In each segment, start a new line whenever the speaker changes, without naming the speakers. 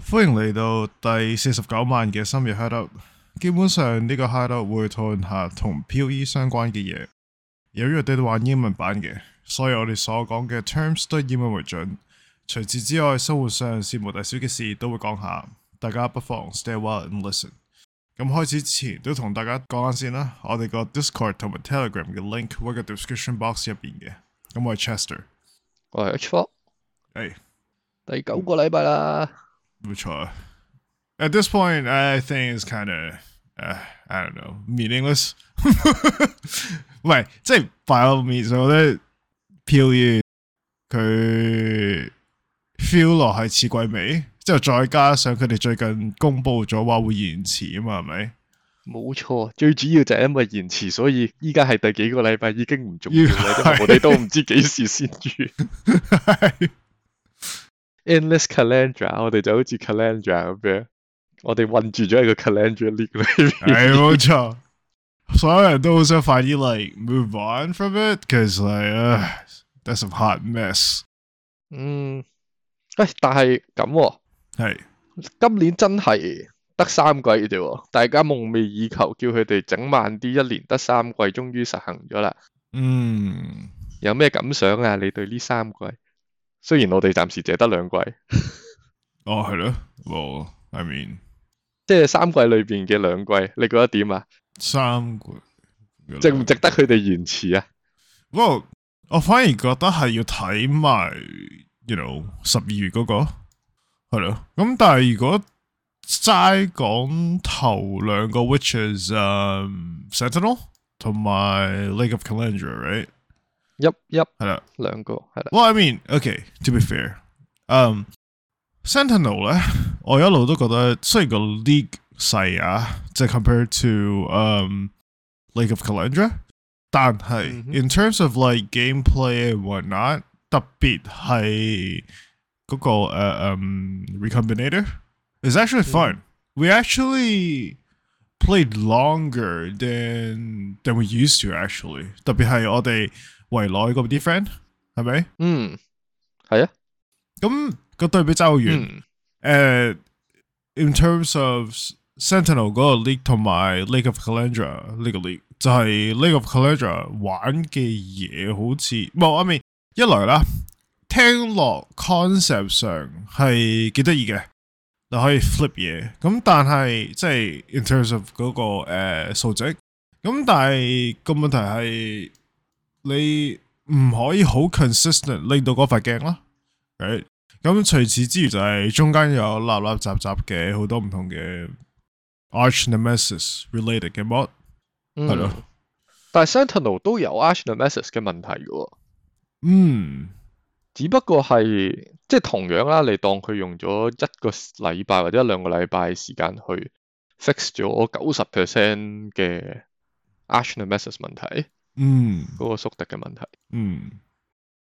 歡迎嚟到第四十九晚嘅深夜 Hideout。基本上呢個 Hideout 會討論下同 POE 相關嘅嘢。由於我哋都玩英文版嘅，所以我哋所講嘅 terms 都以英文為準。除此之外，生活上事無大小嘅事都會講下，大家不妨 stay a while and listen。咁開始前都同大家講下先啦，我哋個 Discord 同埋 Telegram 嘅 link 會喺個 description box 入邊嘅。咁我係 Chester，
我係 H Four，
誒
第
嗯
九個禮拜啦，
冇錯。At this point, I think it's kind of, I don't know, meaningless 。唔係，即係 by all means，我覺得 POE 佢 feel 落係似季尾，之後再加上佢哋最近公布咗話會延遲啊嘛，係咪？
冇錯，最主要就係因為延遲，所以依家係第幾個禮拜已經唔重要啦，因為
係
我哋都唔知幾時先完。Endless calendar，我哋就好似 calendar 咁樣，我哋困住咗喺個 calendar league 裏
係
面。
冇錯，所有人都好想快啲 like move on from it，cause like、that's a hot mess。
嗯，喂，但係咁喎、
係
今年真係得三季啫喎，大家夢寐以求，叫佢哋整慢啲，一年得三季，終於實行咗啦。
嗯。
有咩感想啊？你對呢三季？雖然我哋暫時淨係得兩季，
哦，係咯，Well, I mean
即係三季裏邊嘅兩季，你覺得點啊？
三個
值唔值得佢哋延遲啊？
？Well，我反而覺得係要睇埋，you know，十二月嗰、個係咯。咁但係如果齋講頭兩個，which is 誒、Sentinel 同埋 Lake of Calendar，right？
一一
係啦。
兩個係啦，
Well, I mean, okay. To be fair, um, Sentinel 咧，我一路都覺得雖然個 league 細啊，即係 compared to um Lake of Calendra，但係、
嗯哼
in terms of like gameplay and whatnot，特別係嗰、個誒、呃嗯 uh, um, recombinator is actually fun、We actually played longer than than we used to actually，特別係我哋圍內嗰啲 friend 係咪？
嗯
咁、個對比真係好遠。
嗯
誒、in terms of Sentinel 嗰個 league 同埋 Lake of Calendra 呢個 league 就係 Lake of Calendra 玩嘅嘢好似冇，我咪一來啦，聽落 concept 上係幾得意嘅，你可以 flip 嘢，咁但係即係 in terms of 嗰、個誒、呃、數值，咁但係個問題係你唔可以好 consistent 拎到嗰塊鏡啦，right？咁除此之餘就係中間有立立雜雜嘅好多唔同嘅 arch nemesis related 嘅 mod，
嗯
係咯。
但係 Sentinel 都有 a r c h n e m e s i s 嘅問題嘅喎，
嗯，
只不過係即係同樣啦，你當佢用咗一個禮拜或者一兩個禮拜時間去 fix 咗九十 percent 嘅 a r c h n e m e s i s 問題，
嗯，
嗰、個宿敵嘅問題。
嗯，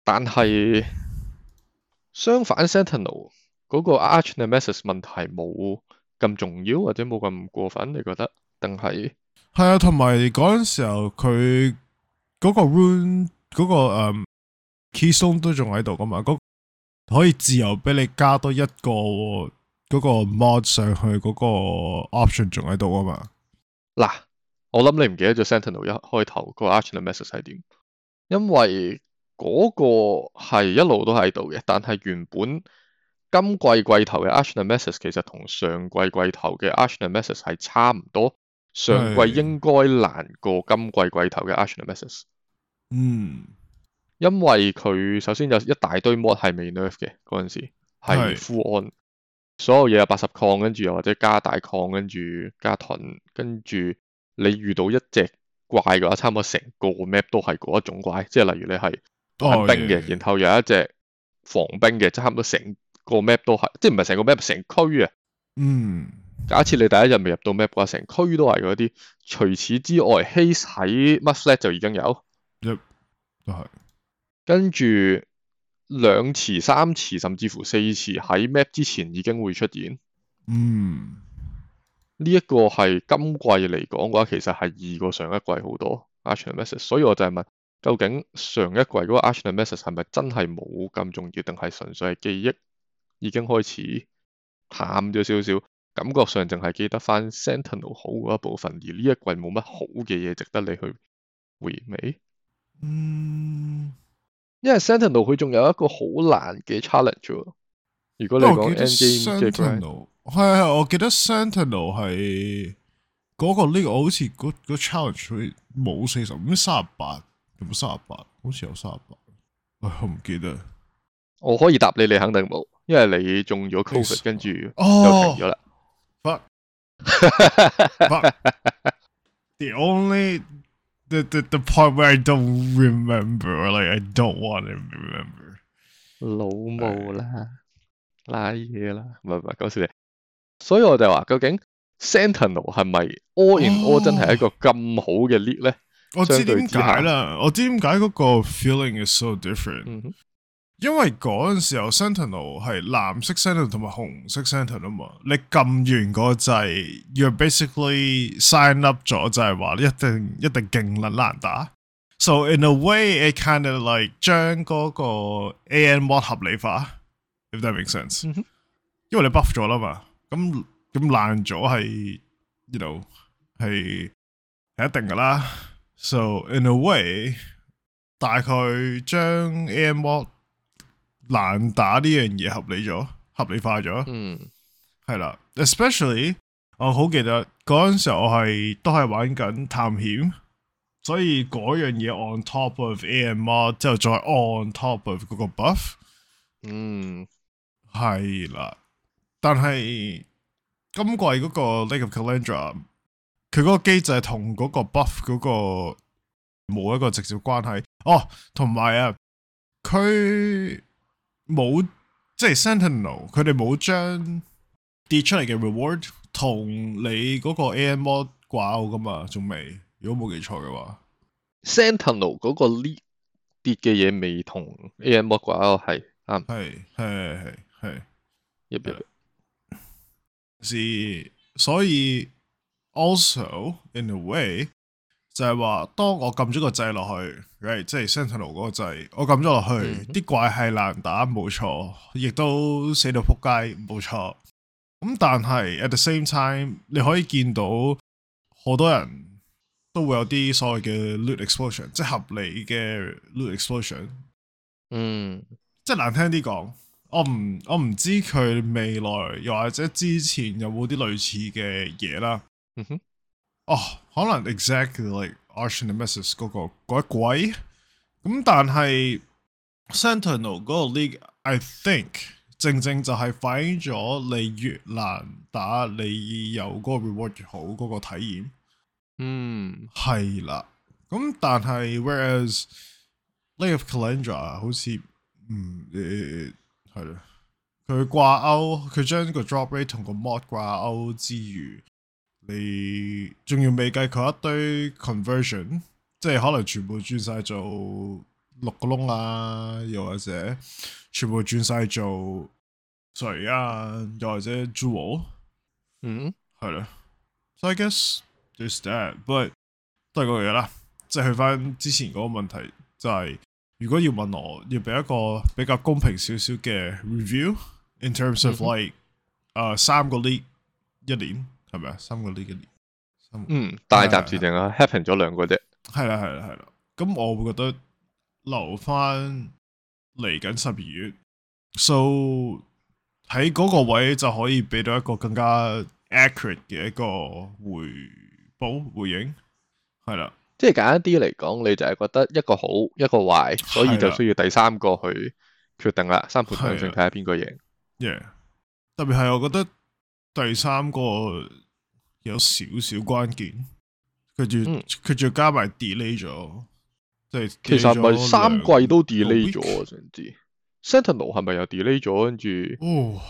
但係相反，Sentinel 嗰個 Arch Nemesis 問題冇咁重要，或者冇咁過分，你覺得？定係
係啊，同埋嗰陣時候佢嗰個 rune 嗰、個誒、嗯 keystone 都仲喺度噶嘛，嗰可以自由俾你加多一個嗰個 mod 上去嗰個 option 仲喺度啊嘛，
嗱，我諗你唔記得咗 Sentinel 一開頭個 Arch Nemesis 係點，因為嗰個係一路都喺度嘅，但係原本今季季頭嘅 Arch Nemesis 其實同上季季頭嘅 Arch Nemesis 係差唔多，上
係
季應該難過今季季頭嘅 Arch Nemesis。
嗯，
因為佢首先有一大堆 mod 係未 nerf 嘅嗰陣時，
係
係 full on，所有嘢有八十抗，跟住又或者加大抗，跟住加盾，跟住你遇到一隻怪嘅話，差唔多成個 map 都係嗰一種怪，即係例如你係玩
哦
冰嘅，
嘢
然後有一隻防冰嘅，差唔多成個 map 都係，即係唔係成個 map 成區啊！
嗯，
假設你第一日未入到 map 嘅話，成區都係嗰啲。除此之外，Haze 喺 Muslet 就已經有。
都係，
跟住兩次、三次，甚至乎四次喺 map 之前已經會出現。
嗯。
呢、一個係今季嚟講嘅話，其實係易過上一季好多 Arch Nemesis。所以我就係問，究竟上一季嗰個 Arch Nemesis 係咪真係冇咁重要，定係純粹係記憶已經開始淡咗少少，感覺上淨係記得翻 Sentinel 好嗰一部分，而呢一季冇乜好嘅嘢值得你去回味。
嗯，
因為 Sentinel 佢仲有一個好難嘅 challenge 喎。如果
因
你
為
講
我記
endgame
得
即係 grind，
哦 Sentinel 係係，我記得 Sentinel 係嗰個呢個好似嗰嗰 challenge 好似冇四十五，三十八有冇三十八？好似有三十八，唉，我唔記得。
我可以答你，你肯定冇，因為你中咗
Yes
covid，跟住就停
哦
咗啦。
，fuck fuck。The only the, the the part where I don't remember, like I don't want to remember.
老母啦，拉嘢啦，唔係唔係講笑嘢。所以我就話，究竟 Sentinel 係咪 all in all
哦
真係一個咁好嘅 lead 咧？
我知
相對
點
之下
解啦，我知點解嗰個 feeling is so different，、
嗯，
因為嗰陣時候 Sentinel 係藍色 Sentinel 同埋紅色 Sentinel 啊嘛，你撳完個掣，you're basically sign up 咗，就係話一定一定勁撚難打。So in a way, it kind of like 將嗰個 AN mod 合理化，if that makes sense、
嗯哼
因為你 buff 咗啦嘛，咁咁爛咗係，you know 係係一定噶啦。So in a way，大概將 AN mod 難打呢樣嘢合理咗，合理化咗。
嗯，
系啦，especially 我好記得嗰阵时候我係都係玩緊探險，所以嗰樣嘢 on top of AMR 之後再 on top of 嗰個 buff
嗯，
係啦，但係今季嗰個 Lake of Calendra 佢嗰個機制同嗰個 buff 嗰個冇一個直接關係哦，同埋啊，佢冇即係 Sentinel，佢哋冇將跌出嚟嘅 reward 同你嗰個 AM mod 掛鈎噶嘛，仲未，如果冇記錯嘅話，
Sentinel 嗰個 lead 跌嘅嘢未同 A M 掛鈎係啱，
係係係係。
入入
是，所以 also in a way 就係話，當我撳咗個掣落去，right，即係 Sentinel 嗰個掣，我撳咗落去
嗯，
啲、怪係難打，冇錯，亦都死到撲街，冇錯。咁但係 at the same time，你可以見到好多人都會有啲所謂嘅 loot explosion，即係合理嘅 loot explosion。
嗯
即係難聽啲講，我唔我唔知佢未來又或者之前有冇啲類似嘅嘢啦。
嗯哼，
哦，可能 exactly like Arch and Nemesis 嗰、個嗰一季，咁但係 Sentinel 嗰個 league，I think 正正就係反映咗你越難打，你有嗰個 reward 越好嗰、個體驗。
嗯
係啦，咁但係 whereas Lake of Calendra 好似嗯誒係咯，佢掛鈎，佢將個 drop rate 同個 mod 掛鈎之餘，你仲要未計佢一堆 conversion，即係可能全部轉晒做六個窿啊，又或者全部轉晒做水啊，又或者 jewel。
嗯，
系啦。So I guess there's that，but 都系嗰樣嘢啦，即係去翻之前嗰個問題，就係如果要問我要俾一個比較公平少少嘅 review，in terms of
嗯
like 啊、三個 league 一年係咪啊？三個 league 一年，三個
嗯，但係暫時淨係 happen 咗兩個啫。
係啦係啦係啦。咁我會覺得留翻嚟緊十二月，so 喺嗰個位就可以俾到一個更加 accurate 嘅一個回報回應，係啦，
即係簡單啲嚟講，你就係覺得一個好一個壞，所以就
係啦
需要第三個去決定啦，三盤兩
係
勝
啦
睇下邊個贏。
yeah. 特別係我覺得第三個有少少關鍵，佢仲
嗯
佢仲要加埋 delay 咗，即係
其
delay
實係咪
咗
三
兩
季都 delay
個
咗
week？
啊？想知 Sentinel 係咪又 delay 咗？跟住
哦，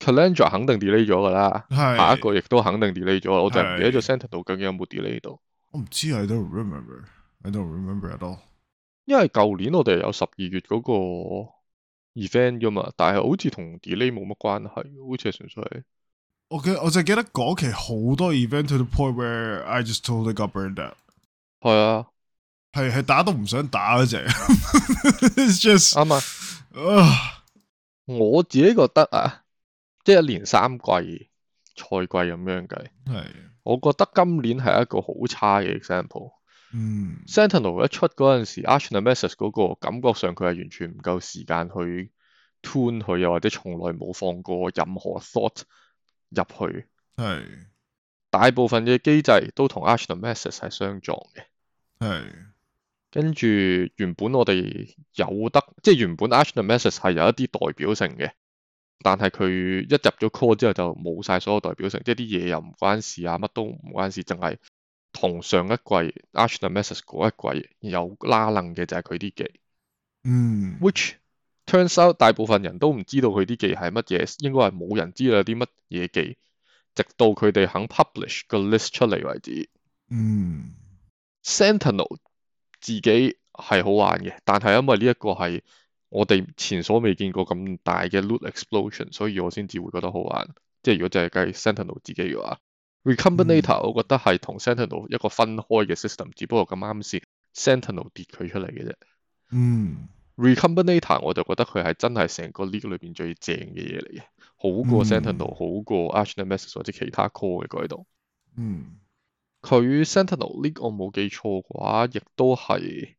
Calendra 肯定 delay 咗㗎啦，
係
下一個亦都肯定 delay 咗啦。我就係唔記得咗
係
Sentinel 究竟有冇 delay 到，
我唔知啊，I don't remember. I don't remember at all.
因為舊年我哋有十二月嗰個 event 㗎嘛，但係好似同 delay 冇乜關係，好似係純粹係
我記我就記得嗰期好多 event to the point where I just totally got burned out，
係啊，
係係打到唔想打嗰只。It's
Oh.
just
啱啊。
啊，
我自己覺得啊，即係一年三季賽季咁樣計，
係，
我覺得今年係一個好差嘅 example。
嗯
Sentinel 一出嗰陣時 a r c h i n e m e s s 嗰個感覺上佢係完全唔夠時間去 tune 佢，又或者從來冇放過任何 thought 入去。
係
大部分嘅機制都同 a r c h i n e m e s s 係相撞嘅。
係
跟住原本我哋有得，即係原本 a r c h i n e m e s s 係有一啲代表性嘅，但係佢一入咗 call 之後就冇晒所有代表性，即係啲嘢又唔關事啊，乜都唔關事，淨係同上一季 a r c h i n e m e s s 嗰一季有拉楞嘅就係佢啲技。
嗯
which turns out 大部分人都唔知道佢啲技係乜嘢，應該係冇人知道有啲乜嘢技，直到佢哋肯 publish 個 list 出嚟為止。
嗯
Sentinel 自己係好玩嘅，但係因為呢一個係我哋前所未見過咁大嘅 loot explosion，所以我先至會覺得好玩。即係如果就係計 Sentinel 自己嘅話，Recombinator 我覺得係同 Sentinel 一個分開嘅 system，只不過咁啱先 Sentinel 跌佢出嚟嘅啫。
嗯
Recombinator 我就覺得佢係真係成個 league 裏邊最正嘅嘢嚟嘅，好過
嗯
Sentinel，好過 a r c h i n e m e s s 或者其他 call 嘅改動。
嗯
佢 Sentinel league 我冇記錯嘅話，亦都係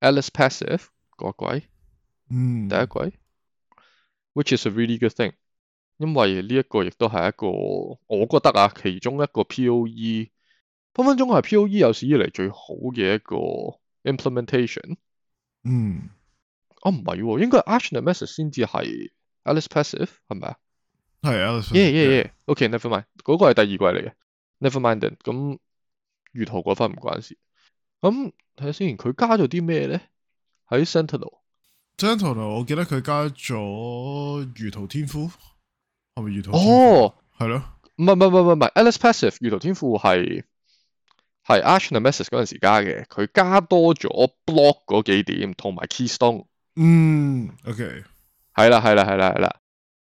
Alice Passive 嗰季
嗯，
第一季、w h i c h is a really good thing。因為呢一個亦都係一個，我覺得啊，其中一個 POE 分分鐘係 POE 有史以嚟最好嘅一個 implementation。
嗯
哦，唔係喎，應該係 a r c h i n e m e s s 先至係 Alice Passive 係咪啊
係 Alice
？Yeah yeah yeah，OK，never mind，嗰個係第二季嚟嘅，never mind then。咁月圖嗰忽唔關事。咁睇下先，佢加咗啲咩咧？喺 Sentinel
Sentinel，我記得佢加咗魚圖天賦，係咪魚圖？
哦，，
係咯，
唔係唔係唔係唔係，Alice Passive 月圖天賦係係 a r c h i n e m e s s 嗰陣時加嘅，佢加多咗 block 嗰幾點同埋 keystone。
嗯，OK，
係啦係啦係啦係啦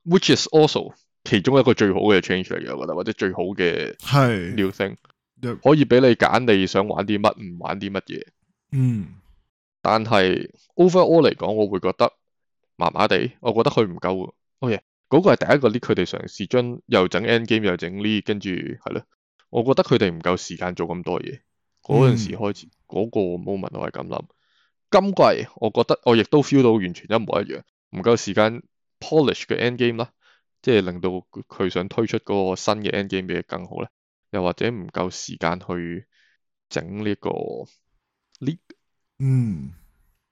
，which is also 其中一個最好嘅 change 嚟嘅，我覺得或者最好嘅。
係，
new thing，
Yep
可以俾你揀你想玩啲乜，唔玩啲乜嘢。
嗯
但係 overall 嚟講，我會覺得麻麻地，我覺得佢唔夠。哦耶，嗰個係第一個 lead，佢哋嘗試將又整 end game 又整 lead，跟住係咯，我覺得佢哋唔夠時間做咁多嘢。嗰陣
嗯
時開始，嗰、個 moment 我係咁諗。今季我覺得我亦都 feel 到完全一模一樣，唔夠時間 polish 嘅 end game 啦，即係令到佢想推出嗰個新嘅 end game 嘅更好咧，又或者唔夠時間去整呢、個 lead。
嗯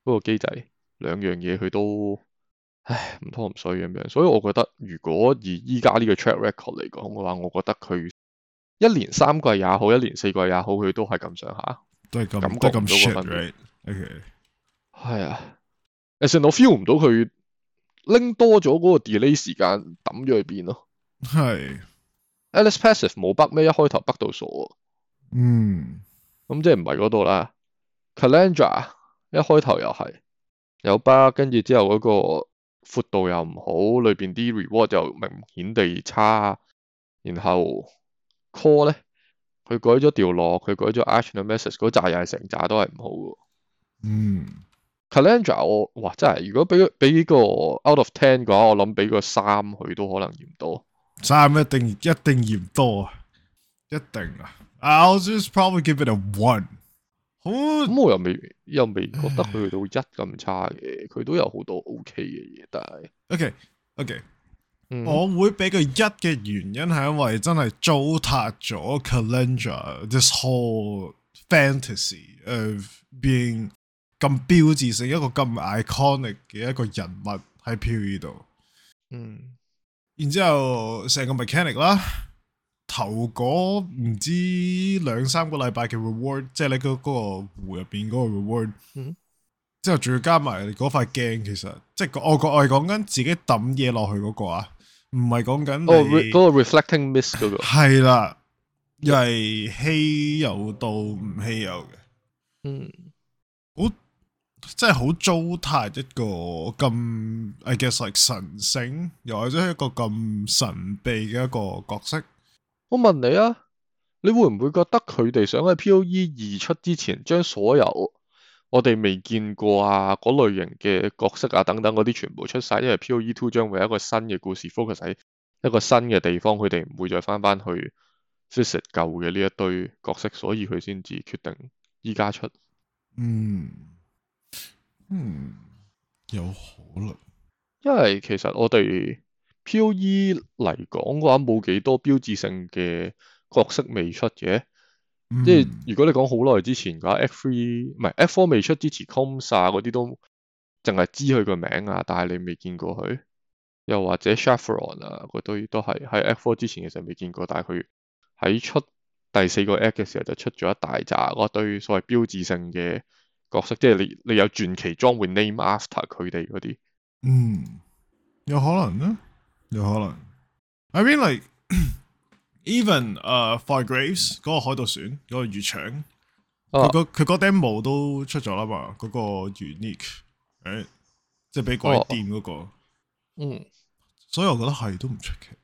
嗰個機制兩樣嘢佢都唉唔拖唔衰咁樣，所以我覺得如果以依家呢個 track record 嚟講嘅話，我覺得佢一年三季也好，一年四季也好，佢都係咁上下。
都係咁，
感
都係
覺唔
咁
到個分別
shit，right？OK，
係啊，誒成我 feel 唔到佢拎多咗嗰個 delay 時間抌咗去邊咯。
係，
Alice Passive 冇北咩？一開頭北到傻喎，
嗯
咁即係唔係嗰度啦。Calendra 一開頭又係有北，跟住之後嗰個闊度又唔好，裏邊啲 reward 又明顯地差。然後 call 咧，佢改咗掉落，佢改咗 action 嘅 message 嗰扎又係成扎都係唔
嗯
好嘅。Calendra 我哇真係，如果俾俾呢個 out of ten 嘅話，我諗俾個三佢都可能嫌多。
三一定一定嫌多啊，一定啊！I'll just probably give it a one。好，
咁我又未又未覺得佢去到一咁差嘅，佢都有好多 OK 嘅嘢，但係
OK OK，
嗯
我會俾佢一嘅原因係因為真係糟蹋咗 Calendar this whole fantasy of being 咁標誌性一個咁 iconic 嘅一個人物喺 POE 度。
嗯
然之後成個 mechanic 啦，頭嗰唔知兩三個禮拜嘅 reward，即係你嗰嗰個湖入邊嗰個 reward，、
嗯
之後仲要加埋你嗰塊鏡，其實即係我我係講緊自己抌嘢落去嗰個啊，唔係講緊
哦，re-
你
嗰個 reflecting miss 嗰個，
係啦，又係稀有到唔稀有嘅。
嗯
即係好糟蹋一個咁，I guess like 神聖，又或者係一個咁神秘嘅一個角色。
我問你啊，你會唔會覺得佢哋想喺 POE 二出之前，將所有我哋未見過啊嗰 E 類型嘅角色啊等等嗰啲全部出晒，因為 POE two 將會有一個新嘅故事 focus 喺一個新嘅地方，佢哋唔會再翻翻去 visit 舊嘅呢一堆角色，所以佢先至決定依家出。
嗯，嗯，有可能。
因為其實我哋 P.O.E 嚟講嘅話，冇幾多標誌性嘅角色未出嘅。
嗯
即係如果你講好耐之前嘅話，F 3唔係 F 4未出之前 c o m s 啊嗰啲都淨係知佢個名啊，但係你未見過佢。又或者 Chevron 啊嗰堆都係喺 F 4之前其實未見過，但係佢喺出第四個 Act 嘅時候就出咗一大扎嗰堆所謂標誌性嘅角色，即係你你有傳奇裝會 name after 佢哋嗰啲。
嗯，有可能呢，有可能。I mean like even 誒 Five Graves 嗰個海盜船嗰個魚腸，
啊
佢個佢嗰頂帽都出咗啦嘛，嗰個 unique，誒，即係俾鬼
哦
掂嗰個，
嗯。
所以我覺得係都唔出奇。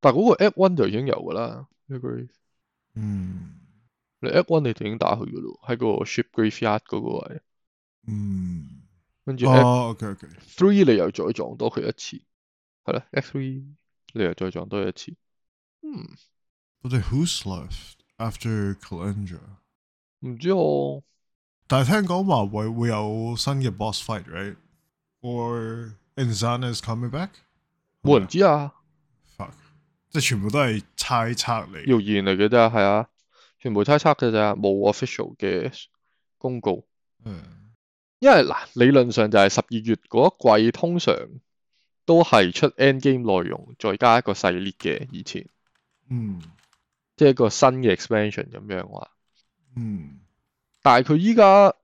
但係嗰個 App One 就已經有噶啦，你佢
嗯
你 App One 你就已經打佢噶咯，喺個 Ship Graveyard 嗰個位，
嗯，
跟住 App
哦，OK OK，
Three 你又再撞多佢一次，係啦，App Three 你又再撞多佢一次，嗯，
我哋 Who's left after Calendra？
唔知我
但係聽講話會會有新嘅 boss fight，right？Or Inzan is coming back？
冇人知啊，
fuck，即係全部都係猜測嚟。
謠言嚟嘅咋，係啊，全部猜測嘅咋，冇 official 嘅公告。
嗯
因為嗱，理論上就係十二月嗰一季通常都係出 end game 內容，再加一個細列嘅，以前
嗯
即係一個新嘅 expansion 咁樣話。
嗯
但係佢依家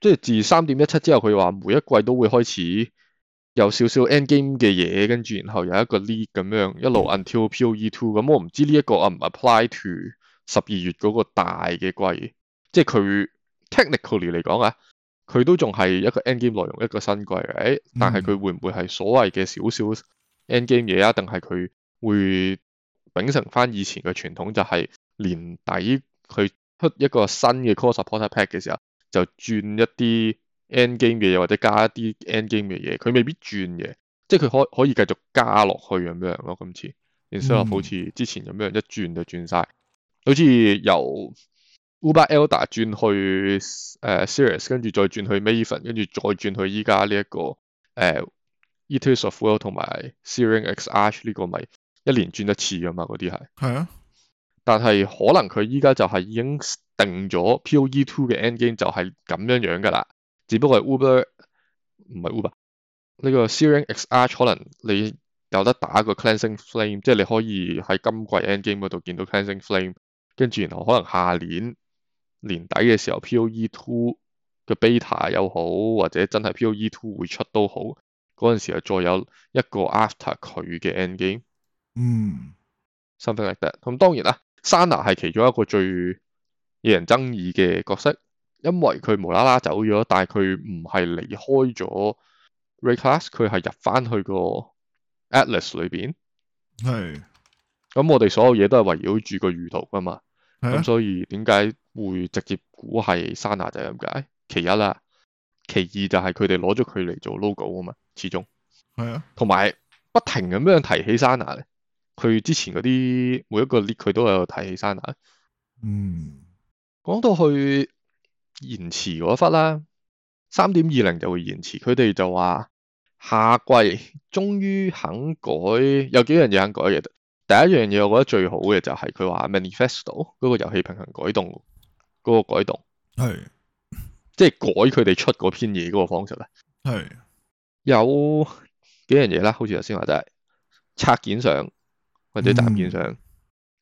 即係自三點一七之後，佢話每一季都會開始有少少 end game 嘅嘢，跟住然後有一個 lead 咁樣一路 until POE two。咁我唔知呢一個 a apply to 十二月嗰個大嘅季，即係佢 technically 嚟講啊，佢都仲係一個 end game 內容一個新季嘅，但係佢會唔會係所謂嘅少少 end game 嘢啊？定係佢會秉承翻以前嘅傳統，就係年底佢出一個新嘅 core supporter pack 嘅時候，就轉一啲 end game 嘅嘢，或者加一啲 end game 嘅嘢，佢未必轉嘅，即係佢可可以繼續加落去咁樣咯。今次 instead of
嗯
好似之前咁樣一轉就轉晒，好似由 Uber Elder 轉去誒、呃 Sirius，跟住再轉去 Maven，跟住再轉去依家呢一個誒、呃 Eaters of World 同埋 Searing X Arch 呢個咪一年轉一次噶嘛，嗰啲係。
係啊，
但係可能佢依家就係已經定咗 P.O.E Two 嘅 end game 就係咁樣樣㗎啦，只不過係 Uber 唔係 Uber 呢個 Searing X Arch 可能你有得打個 Cleansing Flame，即係你可以喺今季 end game 嗰度見到 Cleansing Flame，跟住然後可能下年年底嘅時候 P.O.E Two 嘅 beta 又好，或者真係 P.O.E Two 會出都好，嗰陣時候再有一個 after 佢嘅 end game。
嗯
something like that。咁當然啦，Sana 係其中一個最惹人爭議嘅角色，因為佢無啦啦走咗，但係佢唔係離開咗 Ray Class，佢係入翻去個 Atlas 裏邊。
係
咁我哋所有嘢都係圍繞住個輿圖噶嘛，
係啊
咁，所以點解會直接估係 Sana 就係咁解？其一啦，其二就係佢哋攞咗佢嚟做 logo 啊嘛，始終。
係啊，
同埋不停咁樣提起 Sana 咧，佢之前嗰啲每一個 lead 佢都有提起 Sana。
嗯
講到去延遲嗰一忽啦，三點二零就會延遲，佢哋就話下季終於肯改，有幾樣嘢肯改嘅。第一樣嘢我覺得最好嘅就係佢話 manifesto 嗰個遊戲平衡改動嗰、個改動，
係
即係改佢哋出嗰篇嘢嗰個方式啦。
係
有幾樣嘢啦，好似頭先話就係拆件上或者斬
嗯
件上，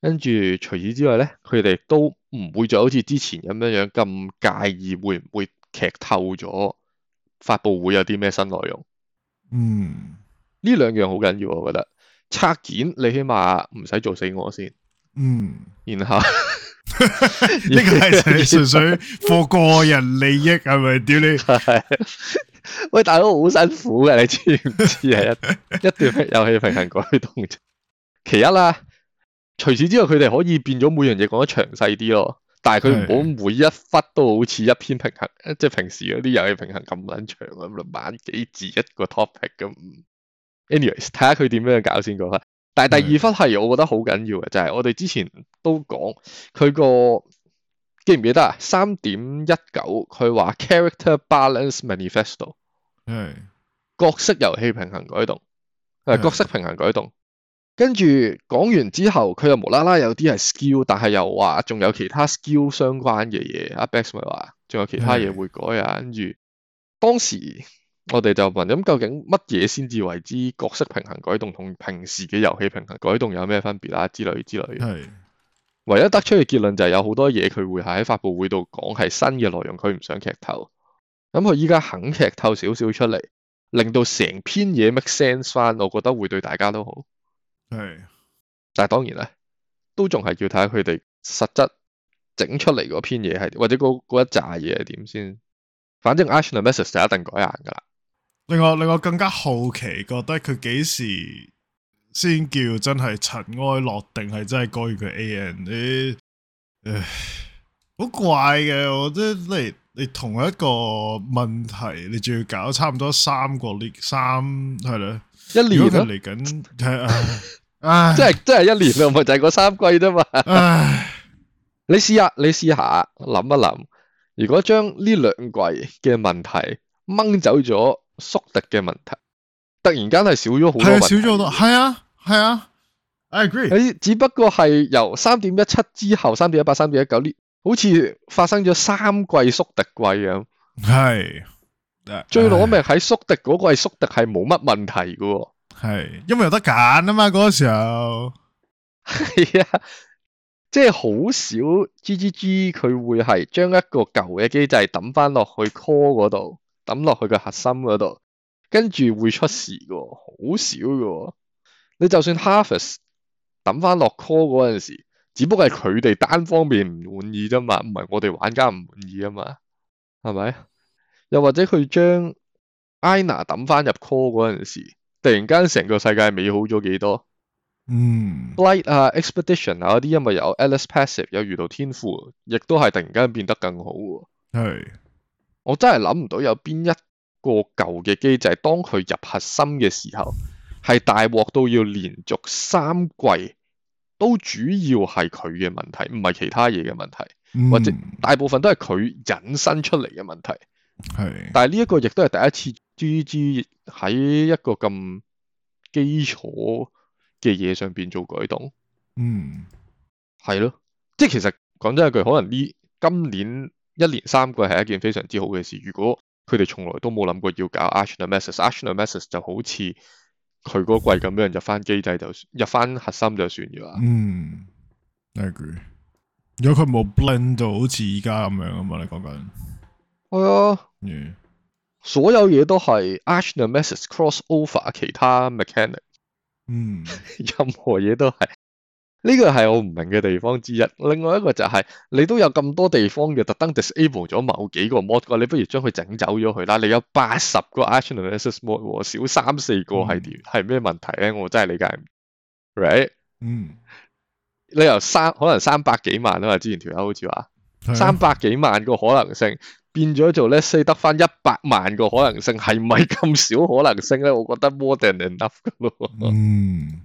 跟住除此之外咧，佢哋都唔會再好似之前咁樣樣咁介意會唔會劇透咗發佈會有啲咩新內容。
嗯
呢兩樣好緊要，我覺得拆件你起碼唔使做死我先，
嗯，
然後
呢個係純純粹 for 個人利益係咪？屌你，
係 喂，大佬好辛苦嘅，你知唔知啊？一一段遊戲平衡改動啫，其一啦。除此之外，佢哋可以變咗每樣嘢講得詳細啲咯，但係佢唔好每一忽都好似一篇平衡，即係平時嗰啲遊戲平衡咁撚長咁，萬幾字一個 topic 咁。anyways，睇下佢點樣搞先嗰忽。但係第二忽係我覺得好緊要嘅，就係、我哋之前都講佢個記唔記得啊？三點一九佢話 character balance manifesto
係
角色遊戲平衡改動，誒、
係
角色平衡改動。跟住講完之後，佢又無啦啦有啲係 skill，但係又話仲有其他 skill 相關嘅嘢。阿 Bex 咪話仲有其他嘢
係
會改啊。跟住當時我哋就問咁，究竟乜嘢先至為之角色平衡改動同平時嘅遊戲平衡改動有咩分別啊？之類之類嘅。
係
唯一得出嘅結論就係有好多嘢佢會喺發佈會度講係新嘅內容，佢唔想劇透。咁佢依家肯劇透少少出嚟，令到成篇嘢 make sense 翻，我覺得會對大家都好。
係
但係當然咧，都仲係要睇下佢哋實質整出嚟嗰篇嘢係，或者嗰嗰一紮嘢係點先。反正 Action Message 就一定改硬㗎啦。
令我令我更加好奇，覺得佢幾時先叫真係塵埃落定，係真係改完佢 A N 你，唉，好怪嘅，我覺得你你同一個問題，你仲要搞差唔多三個 l 三係啦，
一
如
年
果佢
咯，
嚟緊係 唉唉，
即係即係一年咯，咪就係嗰三季啫嘛。
唉
你試下，你試下諗一諗，如果將呢兩季嘅問題掹走咗宿敵嘅問題，突然間係少咗好多
係
問
啊
題。
少咗好多，係啊係啊，I agree。
佢只不過係由三點一七之後，三點一八、三點一九呢，好似發生咗三季宿敵季咁。
系
最攞命喺宿敵嗰季，宿敵係冇乜問題嘅喎。
系，因为有得拣啊嘛，嗰、个时候
係啊，即係好少 G G G 佢會係將一個舊嘅機制抌翻落去 core 嗰度，抌落去個核心嗰度，跟住會出事嘅喎，好少嘅喎。你就算 Harvest 抌翻落 core 嗰陣時，只不過係佢哋單方面唔滿意啫嘛，唔係我哋玩家唔滿意啊嘛，係咪？又或者佢將 Ina 抌翻入 core 嗰陣時，突然間成個世界美好咗幾多？
嗯
Blight 啊、Expedition 啊嗰啲，因為有 Atlas Passive 有遇到天賦，亦都係突然間變得更好喎。
系
我真係諗唔到有邊一個舊嘅機制，當佢入核心嘅時候，係大鑊到要連續三季都主要係佢嘅問題，唔係其他嘢嘅問題，或者
嗯
大部分都係佢引申出嚟嘅問題。
系
但係呢一個亦都係第一次 G G 喺一個咁基礎嘅嘢上邊做改動。
嗯
係咯，即係其實講真一句，可能呢今年一年三季係一件非常之好嘅事。如果佢哋從來都冇諗過要搞 a c t i o n a message，action message 就好似佢嗰季咁樣入翻機制就入翻核心就算咗啦。
嗯，I agree。如果佢冇 blend 到好似而家咁样啊嘛，你讲紧
係啊，
嗯
所有嘢都係 a c t i o n a message cross over 其他 mechanic，
嗯
任何嘢都係。呢個係我唔明嘅地方之一。另外一個就係、你都有咁多地方嘅特登 disable 咗某幾個 mod 嘅，你不如將佢整走咗佢啦。你有八十個 action a n a l y s i s mod，喎少三四個係點係咩問題咧？我真係理解唔到。Right？
嗯，
你由三可能三百幾萬啊嘛，之前條友好似話
係啊
三百幾萬個可能性變咗做 let's say 得翻一百萬個可能性，係咪咁少可能性咧？我覺得 more than enough 噶咯 喎。啊
嗯。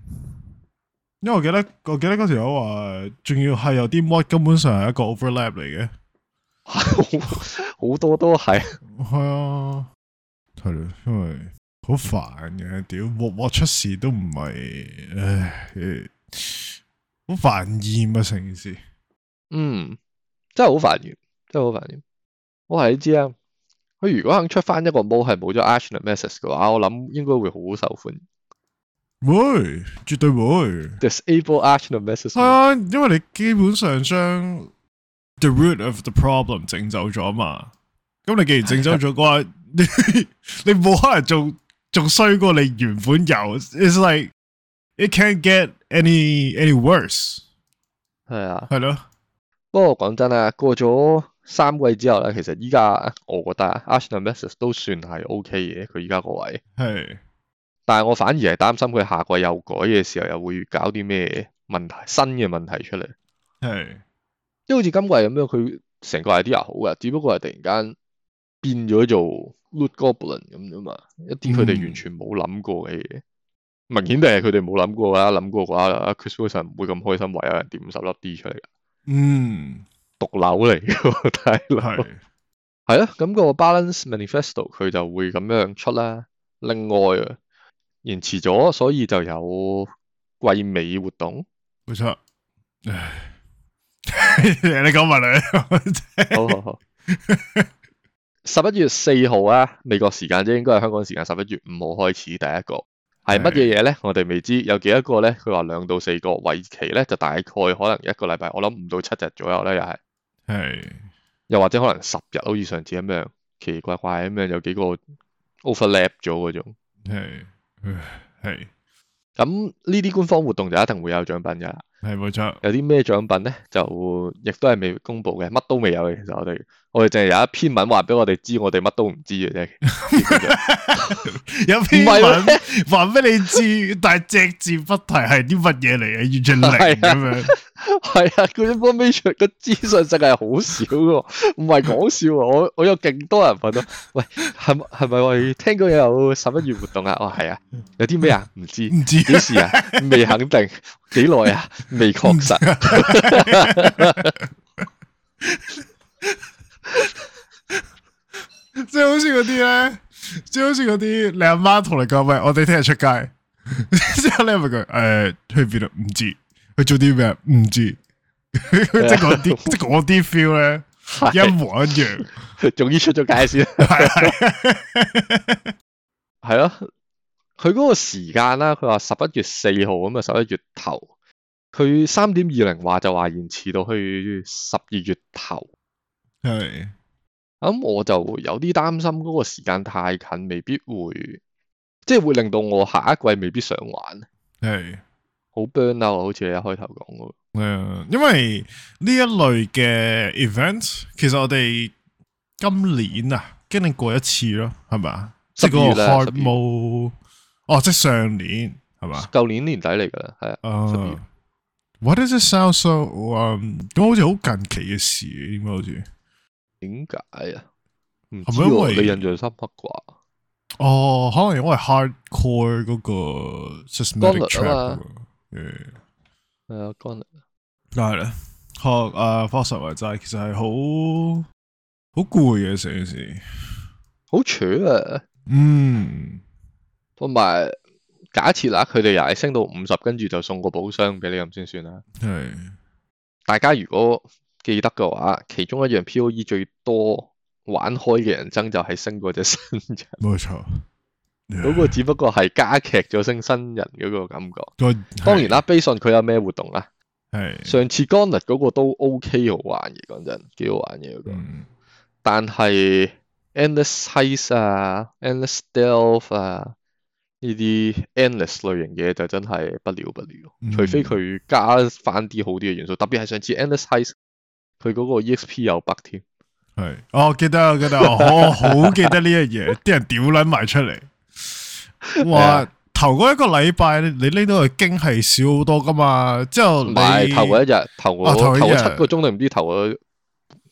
因为我记得，我记得嗰时我话，仲要系有啲 mod 根本上系一个 overlap 嚟嘅，
好好多都係。
系啊，系咯，因为好烦嘅，屌镬镬出事都唔系，唉，好烦厌啊成件事。
嗯，真係好煩厭，真係好煩厭。我係你知啊，佢如果肯出翻一個毛係冇咗 action message 嘅話，我諗應該會好受歡迎。
會，絕對會。
Disable action message，
係啊，因為你基本上將 the root of the problem 整走咗嘛。咁你既然整走咗嘅話， 你你冇可能仲仲衰過你原本有。It's like it can't get any any worse。
係啊。
係咯，
不過講真啊，過咗三季之後咧，其實依家我覺得 action message 都算係 OK 嘅，佢依家個位。
係
但係我反而係擔心佢下季又改嘅時候，又會搞啲咩問題、新嘅問題出嚟。
係
即係好似今季咁樣，佢成個 idea 好嘅，只不過係突然間變咗做 Loot Goblin 咁啫嘛，一啲佢哋
嗯
完全冇諗過嘅嘢。明顯地係佢哋冇諗過啦，諗過嘅話啊，Chris Wilson 唔會咁開心為有人跌五十粒 D 出嚟㗎，
嗯，
毒瘤嚟嘅喎， 大佬。
係
係咯，咁、個 balance manifesto 佢就會咁樣出啦。另外啊，延遲咗，所以就有季尾活動。
冇錯。唉， 你講埋你，
好好好。十一月四號啊，美國時間啫，應該係香港時間十一月五號開始第一個。係乜嘢嘢咧？我哋未知，有幾多個咧？佢話兩到四個，為期咧就大概可能一個禮拜，我諗五到七日左右咧，又係，
係
又或者可能十日，好似上次咁樣，奇奇怪怪咁樣，有幾個 overlap 咗嗰種。
係唉係
咁呢啲官方活動就一定會有獎品㗎啦。
係冇錯，
有啲咩獎品咧，就亦都係未公布嘅，乜都未有嘅。其實我哋我哋淨係有一篇文話俾我哋知，我哋乜都唔知嘅啫。
有篇文話俾你 知，但係隻字不提係啲乜嘢嚟嘅，完全零咁樣。
係啊，佢 information 個資訊真係好少喎，唔係講笑喎。我我有勁多人問我，喂，係咪係咪我哋聽講有十一月活動啊？我話係啊，有啲咩啊？唔知
唔知
幾時啊？未肯定幾耐啊？未確實。
即係好似嗰啲咧，即係好似嗰啲你阿媽同你講喂，我哋聽日出街， 之後你問佢誒去邊度啊唔知，去做啲咩唔知， 即
啊
係嗰啲即係嗰啲 feel 咧一模一樣，
仲要出咗街先，
係係
係咯。佢嗰個時間啦，佢話十一月四號咁啊，十一月頭。佢三點二零話就話延遲到去十二月頭。
係
咁我就有啲擔心嗰個時間太近，未必會即係會令到我下一季未必想玩，
係。
好 burn out 啊好似你一開頭講嗰個。
係啊因為呢一類嘅 event，其實我哋今年啊經歷過一次咯，係咪？即係嗰
十
個
二月啦
開幕，哦，即係上年係嘛？
舊年年底嚟㗎啦，係啊，十二月
啊 What does it sound so？嗯，咁好似好近期嘅事，應該好似。
點解啊？唔知
係咪因為
喎，你印象深刻啩？
哦，可能因為 hardcore 嗰個 systematic
干律啊
trap
嘛。
誒
係啊，干
但係咧，學啊 f o s 就係其實係好好攰嘅成件事。
好扯啊！
嗯，
同埋假設啦，佢哋又係升到五十，跟住就送個寶箱俾你咁先算啦。
係。
大家如果記得嘅話，其中一樣 P.O.E 最多玩開嘅人爭就係升嗰隻新人，
冇錯，
嗰個只不過係加劇咗升新人嗰個感覺。
個
當然啦，悲信佢有咩活動啦。
係，
上次 g o n l e t 嗰個都 O.K. 好玩嘅，講真幾好玩嘅嗰個。
嗯
但係 Endless Heist 啊、Endless Delve 啊呢啲 Endless 類型嘢就真係不了不了，
嗯
除非佢加翻啲好啲嘅元素，特別係上次 Endless Heist 佢嗰個 E EXP 有 bug 添，
係，我記得我記得，我 好記得呢一嘢，啲人屌撚埋出嚟，
係啊
話頭嗰一個禮拜你拎到嘅經係少好多噶嘛，之後
唔
你
係頭嗰一日，頭嗰、
啊頭嗰一
頭嗰
日
七個鐘定唔知頭嗰，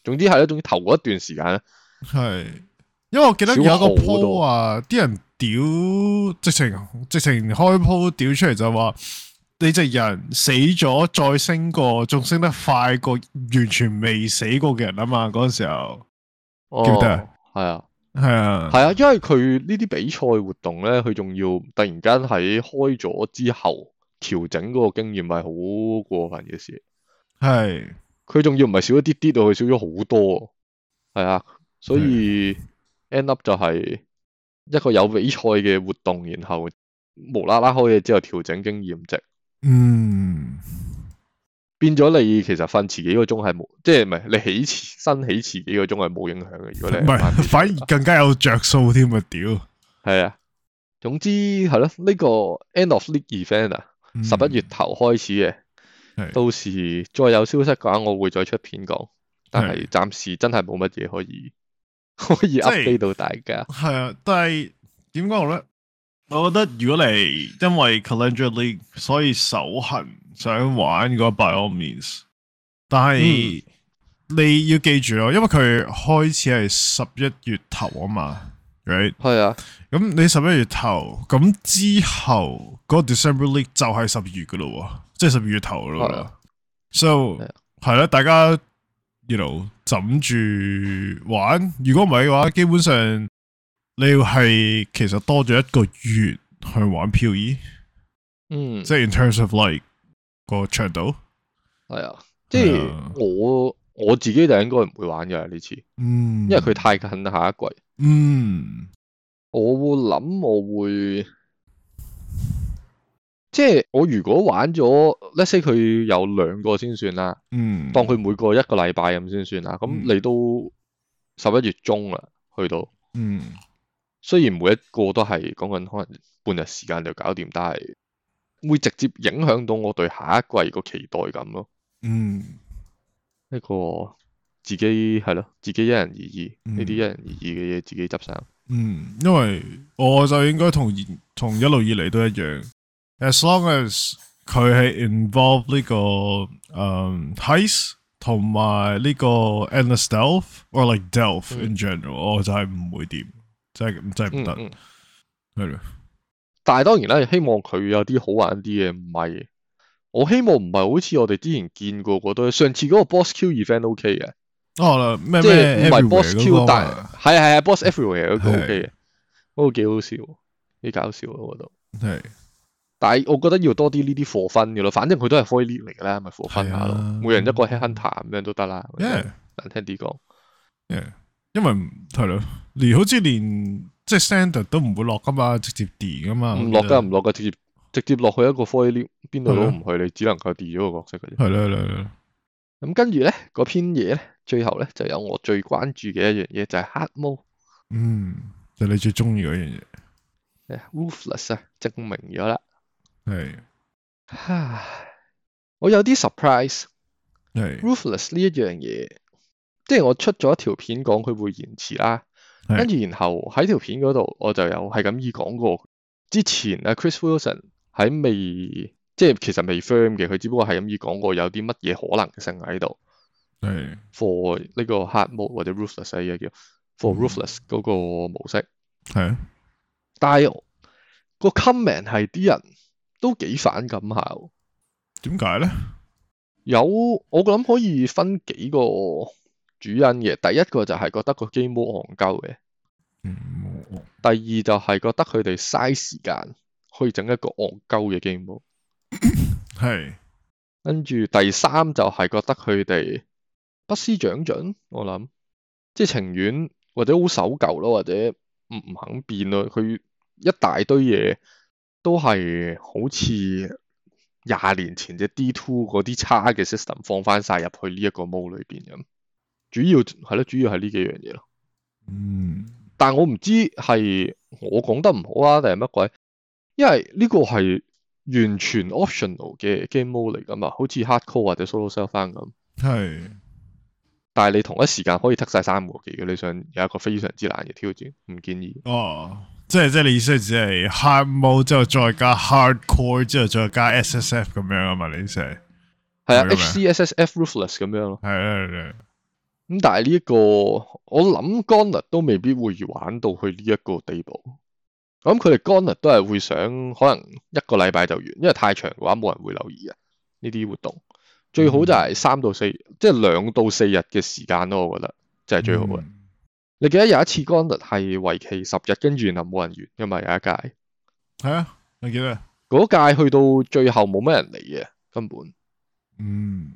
總之係啦，總之頭嗰一段時間咧，
係，因為我記得有一
少
個
好
po
多
啊，啲人屌，直情直情開 po 屌出嚟就話。你隻人死咗再升過，仲升得快過完全未死過嘅人啊嘛！嗰陣時候
哦，
記得
係啊，
係啊，
係啊，因為佢呢啲比賽活動咧，佢仲要突然間喺開咗之後調整嗰個經驗係好過分嘅事。
係
佢仲要唔係少一啲啲到，佢少咗好多，係啊，所以 end up 就係一個有比賽嘅活動，然後無啦啦開嘢之後調整經驗值，
嗯，
變咗你其實瞓遲幾個鐘係冇，即係唔係你起遲身起遲幾個鐘係冇影響嘅。如果
唔
你
係，反而更加有着數添啊！屌，
係啊，總之係咯，呢、個 end of league event 啊，十一月頭開始嘅，
嗯係
到時再有消息嘅話，我會再出片講。但係暫時真係冇乜嘢可以 可以
係
update 到大家。
係啊，但係點講好咧？我覺得如果你因為 Calendar League 所以手痕想玩嗰個 by all means，但
嗯
係你要記住咯，因為佢開始係十一月頭啊嘛， ，right？
係啊，
咁你十一月頭，咁之後嗰、個 December League 就係十二月噶咯喎，即係十二月頭咯
係
喎
啊。
So
係啊
係啦，大家 you know 枕住玩，如果唔係嘅話，基本上你要係其實多咗一個月去玩 POE，
嗯，
即係 in terms of like 個長度。
係啊，即係
係啊
我我自己就應該唔會玩嘅呢次，
嗯，
因為佢太近下一季。
嗯
我會諗我會，即係我如果玩咗，let's say 佢有兩個先算啦，
嗯，
當佢每個一個禮拜咁先算啦。咁
嗯
你都十一月中啦，去到
嗯
雖然每一個都係講緊可能半日時間就搞掂，但係會直接影響到我對下一季個期待感咯。
嗯
呢個自己係咯，自己因人而異，
嗯
呢啲因人而異嘅嘢自己執生。
嗯，因為我就應該同以同一路以嚟都一樣，as long as 佢係 involve 呢、個嗯 heist 同埋呢個 endless delve or like delve
嗯
in general，、我就係唔會掂，真係真係唔
嗯
得，
嗯。
係咯、
但係當然啦，希望佢有啲好玩啲嘅，唔係我希望唔係好似我哋之前見過嗰堆，上次嗰個 boss Q event O K 嘅，
哦，咩
即係
咩
唔
everywhere
係 boss
嗰
Q，
個
但
嘛
係啊係係 boss everywhere 嗰個 O
係
K 嘅，嗰個幾好笑，幾搞笑啊我覺得。
係
但係我覺得要多啲呢啲課分嘅咯，反正佢都係 free lead 嚟㗎啦，咪課分下
係
咯
啊，
每人一個 headhunter 咁樣都得啦。
，yeah。
難聽啲講，
因为唔系咯，连好似连即系 standard 都唔会落噶嘛，直接 D 噶嘛，
唔落㗎唔落㗎，直接直接落去一個 free lead，邊度
係
都
啊
唔去，你只能夠 delete 咗個角色嘅啫。
系咯系咯，
咁跟住咧，嗰篇嘢咧，最後咧就有我最關注嘅一樣嘢，就係、黑毛
嗯，就你最中意嗰樣
r u t h l e s s 啊，證明咗啦。
嘢，系
唉我有啲 surprise
系
r u t h l e s s 呢一樣嘢，即係我出咗一條片講佢會延遲啦，
係
跟住然後喺條片嗰度我就有係咁意講過，之前啊 Chris Wilson 喺未即係其實未 firm 嘅，佢只不過係咁意講過有啲乜嘢可能性喺度。
系
for 呢個 hard mode 或者 ruthless 啊依家叫 for
嗯
ruthless 嗰個模式。
系啊，
但係個 comment 係啲人都幾反感下喎，
点解咧？
有我諗可以分幾個主因嘅。第一個就係覺得個 game mode 戇鳩嘅，
嗯，我
第二就係覺得佢哋嘥時間去整一個戇鳩嘅 game mode，
系
跟住第三就係覺得佢哋不思長進，我諗即係情願或者好守舊咯，或者唔唔肯變咯。佢一大堆嘢都係好似廿年前嘅 D two 嗰啲差嘅 system 放翻晒入去呢一個 mode 裏邊咁。主要係咯，主要係呢幾樣嘢咯。
嗯
但我唔知係我講得唔好啊，定係乜鬼？因為呢個係完全 optional 嘅 game mode 嚟噶嘛，好似 hardcore 或者 solo self run 咁。
系
但係你同一時間可以剔晒三個幾嘅，你想有一個非常之難嘅挑戰，唔建議。
哦，Oh. 即系即系你意思係只系 hard mode 之后再加 hardcore 之后再加 SSF 咁样啊嘛？你意思係
係啊
係咁
，HCSSF ruthless 咁樣咯。
係啦係啦，
咁但係呢一個，我諗 g o n n e t 都未必會玩到去呢一個地步。我諗佢哋 g o n n e t 都係會想可能一個禮拜就完，因為太長嘅話冇人會留意嘅啊呢啲活動。最好就係三到四，即係兩到四日嘅時間咯，我覺得就係最好嘅。
嗯，
你記得有一次 g o n n e t 係為期十日，跟住然後冇人完㗎嘛，有一屆。
系啊，你记得，
嗰屆去到最後冇咩人嚟嘅，根本。
嗯，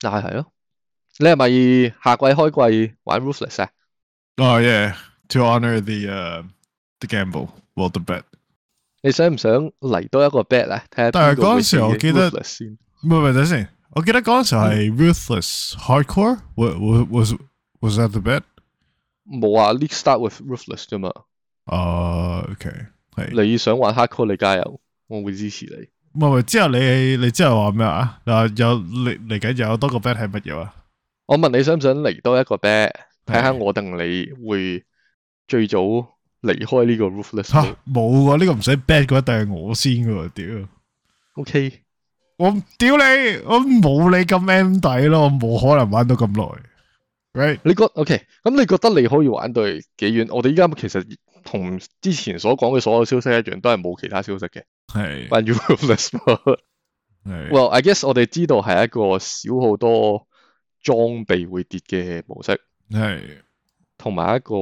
但係係咯，你係咪下季開季玩 Ruthless 啊？
哦 yeah，to honor the 诶 the gamble，well the bet。
你想唔想嚟多一個 bet 咧？睇下
但係
邊個
嗰
會
陣時我
先
記得
Ruthless 先。
唔係唔係，等先。我記得嗰陣時係 ruthless hardcore。Was was was that the bet？
冇啊，League start with Ruthless 啫嘛。
啊，OK，係。
你想玩 Hardcore 你加油，我會支持你。
唔係唔係，之後你你之後話咩啊？嗱，有嚟嚟緊有多個 bet 係乜嘢啊？
我問你想唔想嚟多一個 bet？
係
睇下我定你會最早離開呢個 Ruthless
吓
冇。
冇喎，呢個唔使 bet 嘅，一定係我先嘅喎。屌，
OK，
我屌你，我冇你咁 M 底咯，我冇可能玩到咁耐。 ，right？
你覺 OK？咁你覺得你可以玩到係幾遠？我哋依家其實同之前所講嘅所有消息一樣，都係冇其他消息
嗯
嘅。
係
When you less
嗯
well, I guess 我哋知道係一個少好多裝備會跌嘅模式，
係
同埋一個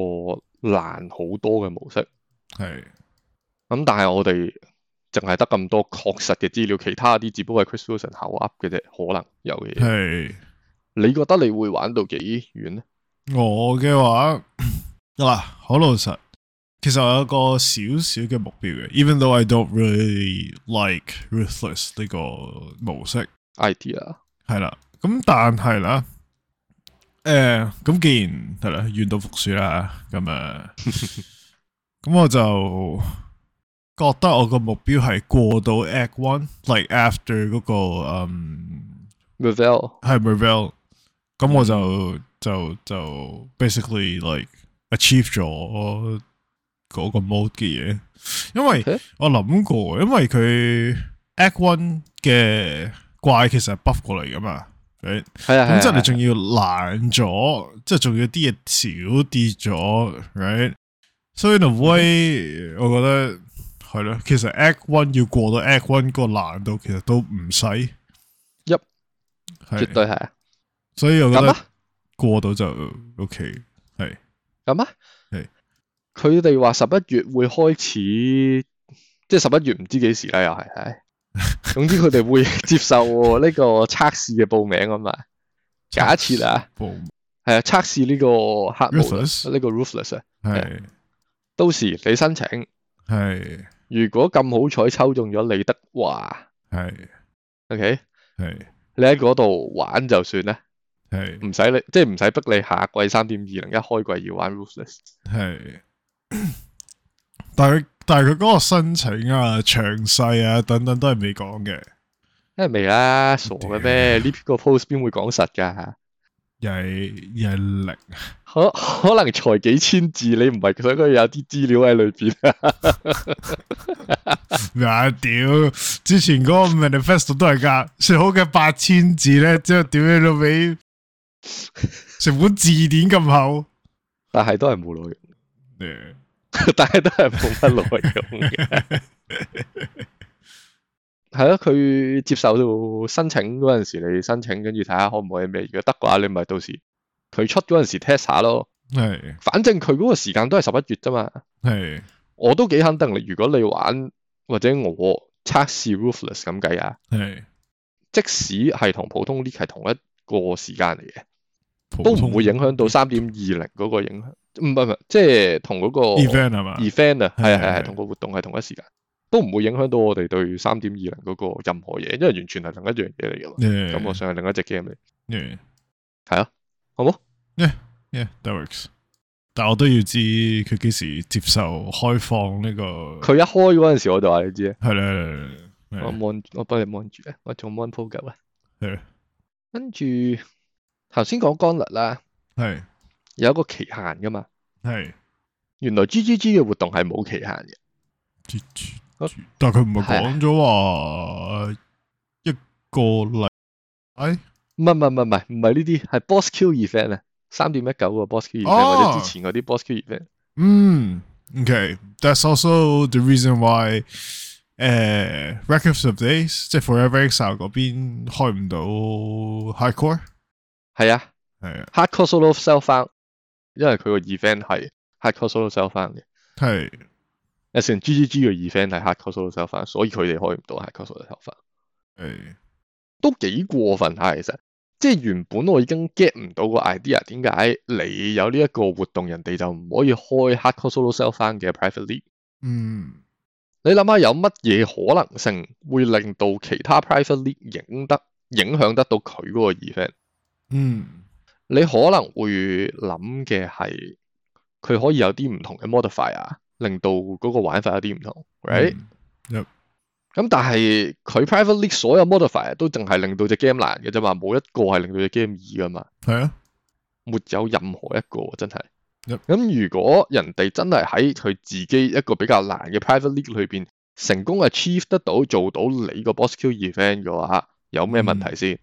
難好多嘅模式。
係
咁但係我哋淨係得咁多確實嘅資料，其他啲只不過係 Chris Wilson 口噏嘅啫，可能有嘅嘢。
係。
你覺得你會玩到幾遠咧？
我嘅話嗱，好老實，其實我有個少少嘅目標嘅，even though I don't really like ruthless 呢個模式。
idea
系啦，咁但系啦，诶、咁既然系啦，願到服輸啦，咁啊，咁我就覺得我個目標係過到 Act One，like after um, 嗰、個嗯
r e v e l
係 m e r v e l 咁我就就就 basically like achieve 咗嗰個 mode 嘅嘢，因為
Okay
我諗過，因為佢 Act One 嘅怪其實係 buff 過嚟噶嘛。right？
係啊，
咁即係你
係啊
仲要難咗，即係仲要啲嘢少跌咗，right？所以 in
嗯
a way，我覺得係咯，其實 Act One 要過到 Act One 個難度其實都唔細
Yep，
係
絕對係啊
所以我覺
咁
得
啊
過到就 OK，
咁啊
係。
佢哋話十一月會開始，即係十一月唔知幾時啦，又係 係。總之佢哋會 接受呢個測試嘅報名啊嘛。假設啊，
boom，
係啊，測試呢個黑毛
Ruthless
呢個 ruthless 啊。
係
到時你申請，
係
如果咁好彩抽中咗你的話
係
，OK，
係
你喺嗰度玩就算啦，
係
唔使你即係唔使逼你下季三點二零一開季要玩 ruthless。
係，但係佢但係佢嗰個申請啊、詳細啊等等都係未講嘅，
梗係未啦，傻嘅咩？呢個 post 邊會講實㗎？
又係又係零。
可可能才幾千字，你唔係想佢有啲資料喺裏邊啊？
啊屌！之前嗰個 manifesto 都係噶，寫好嘅八千字咧，之後屌你老味，成本字典咁 厚。
但係都係冇內容，
誒
但係都係冇乜內容嘅。 係咯，佢接受到申請嗰陣時，你申請跟住睇下可唔可以咩？如果得嘅話，你咪到時佢出嗰陣時 test 下咯。
係
反正佢嗰個時間都係十一月啫嘛。
係
我都幾肯定，你如果你玩或者我測試 ruthless 咁計啊，
係，
即使係同普通 league 係同一個時間嚟嘅。
普
都
通
唔會影響到三點二零嗰個影響，唔係唔係，即係同嗰個
event 係嘛？
event 啊，係啊
係
係啊
係
係同個活動係同一時間，都唔會影響到我哋對三點二零嗰個任何嘢，因為完全係另一樣嘢嚟嘅嘛，感覺
誒
上係另一隻 game 嚟，
誒
啊好冇？
，yeah that works。但我都要知佢幾時接受開放呢個。
佢一開嗰陣時我就話你知啊，
係啦係啦係
我
啦，
mon 我幫你 mon 住啊，我做 mon p o 啊，
係
跟住頭先講干律啦，
係
有一個期限噶嘛，
係
原來 G G G 嘅活動係冇期限嘅，
但佢唔係講咗話一個禮拜。
唔係唔係唔係唔係唔係呢啲係 boss Q event 啊，三點一九個 boss Q event、
哦
或者之前嗰啲 boss Q event。
Mm, okay. That's also the reason why 誒、Records of Days 即係 Forever Exile 嗰邊開唔到 High Core
係啊
係啊，
，hardcore solo self found，因為佢個 event 係 hardcore solo self found 嘅
係
，as in GGG 個 event 係 hardcore solo self found，所以佢哋開唔到 hardcore solo self found，
係
都幾過分下其實。即係原本我已經 get 唔到個 idea，點解你有呢一個活動，人哋就唔可以開 hardcore solo self found 嘅 private league？
嗯
你諗下有乜嘢可能性會令到其他 private league 影得影響得到佢嗰個 event？
嗯
你可能會諗嘅係佢可以有啲唔同嘅 modifier，令到嗰個玩法有啲唔同，right？
嗯
咁、但係佢 private league 所有 modifier 都淨係令到只 game 難嘅啫嘛，冇一個係令到只 game 易噶嘛，
係啊
沒有任何一個真係。咁
Yep
如果人哋真係喺佢自己一個比較難嘅 private league 裏邊成功 achieve 得到做到你個 boss q event 嘅話，有咩問題先？